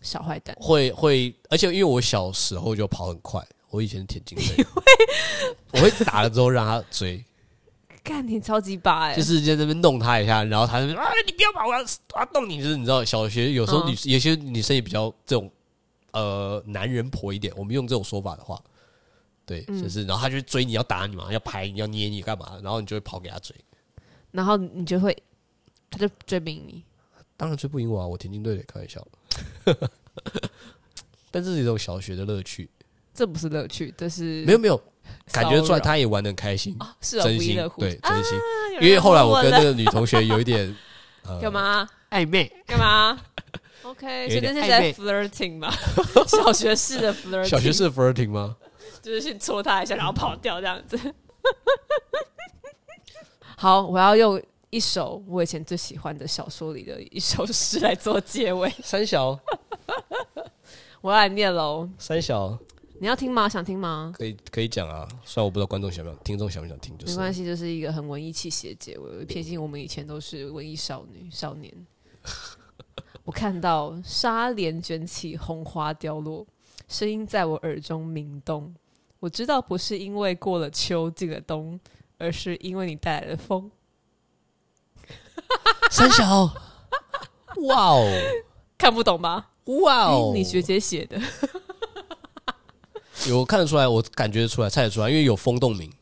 小坏蛋。
会会，而且因为我小时候就跑很快，我以前是田径队，我会打了之后让他追，
干你超级巴 哎、
就是在那边弄他一下，然后他就说啊，你不要把我要我要动你，就是你知道，小学有时候
嗯
女、有些女生也比较这种呃男人婆一点，我们用这种说法的话，对，
嗯
就是然后他就追你要打你嘛，要拍你要捏你干嘛，然后你就会跑给他追，
然后你就会，他就追不赢你。
当然追不赢我啊，我田径队的开玩笑， 但这是一种小学的乐趣，
这不是乐趣，这是
没有没有，
嗯骚
感
扰
觉出来他也玩的很开心，
啊，是啊，
真
不亦
心
乐乎。
对
啊
真心，
有人
因为后来我
问
跟
了
那个女同学有一 点呃
干嘛
暧昧，
干嘛？OK，所
有一
以那
点
些
暧
是
昧
在 flirting 嘛，小学式的 flirting，
小学是 flirting 吗？
就是去戳他一下，然后跑掉这样子。 好，我要用一首我以前最喜欢的小说里的一首诗来做结尾，
三小
我要来念喽。
三小
你要听吗？想听吗？
可以可以讲啊，虽然我不知道观众想不想，听众想不想听，就
没
是
关系，就是一个很文艺气息的结尾。我毕竟我们以前都是文艺少女、少年。我看到纱帘卷起，红花凋落，声音在我耳中鸣动。我知道不是因为过了秋进了冬，而是因为你带来了风。
三小，哇哦
看不懂吧？
哇哦，
你学姐写的，
有看得出来，我感觉得出来，猜得出来，因为有风动鸣，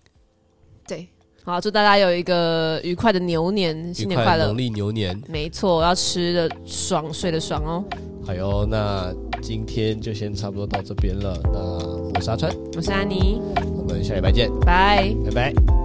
对。 好，祝大家有一个愉快的牛年，新
愉
年快乐
农！历牛年。
没错，要吃的爽，睡的爽哦。
好哟，那今天就先差不多到这边了。那我是阿川，
我是安妮，
我们下礼拜见，
拜。
拜拜。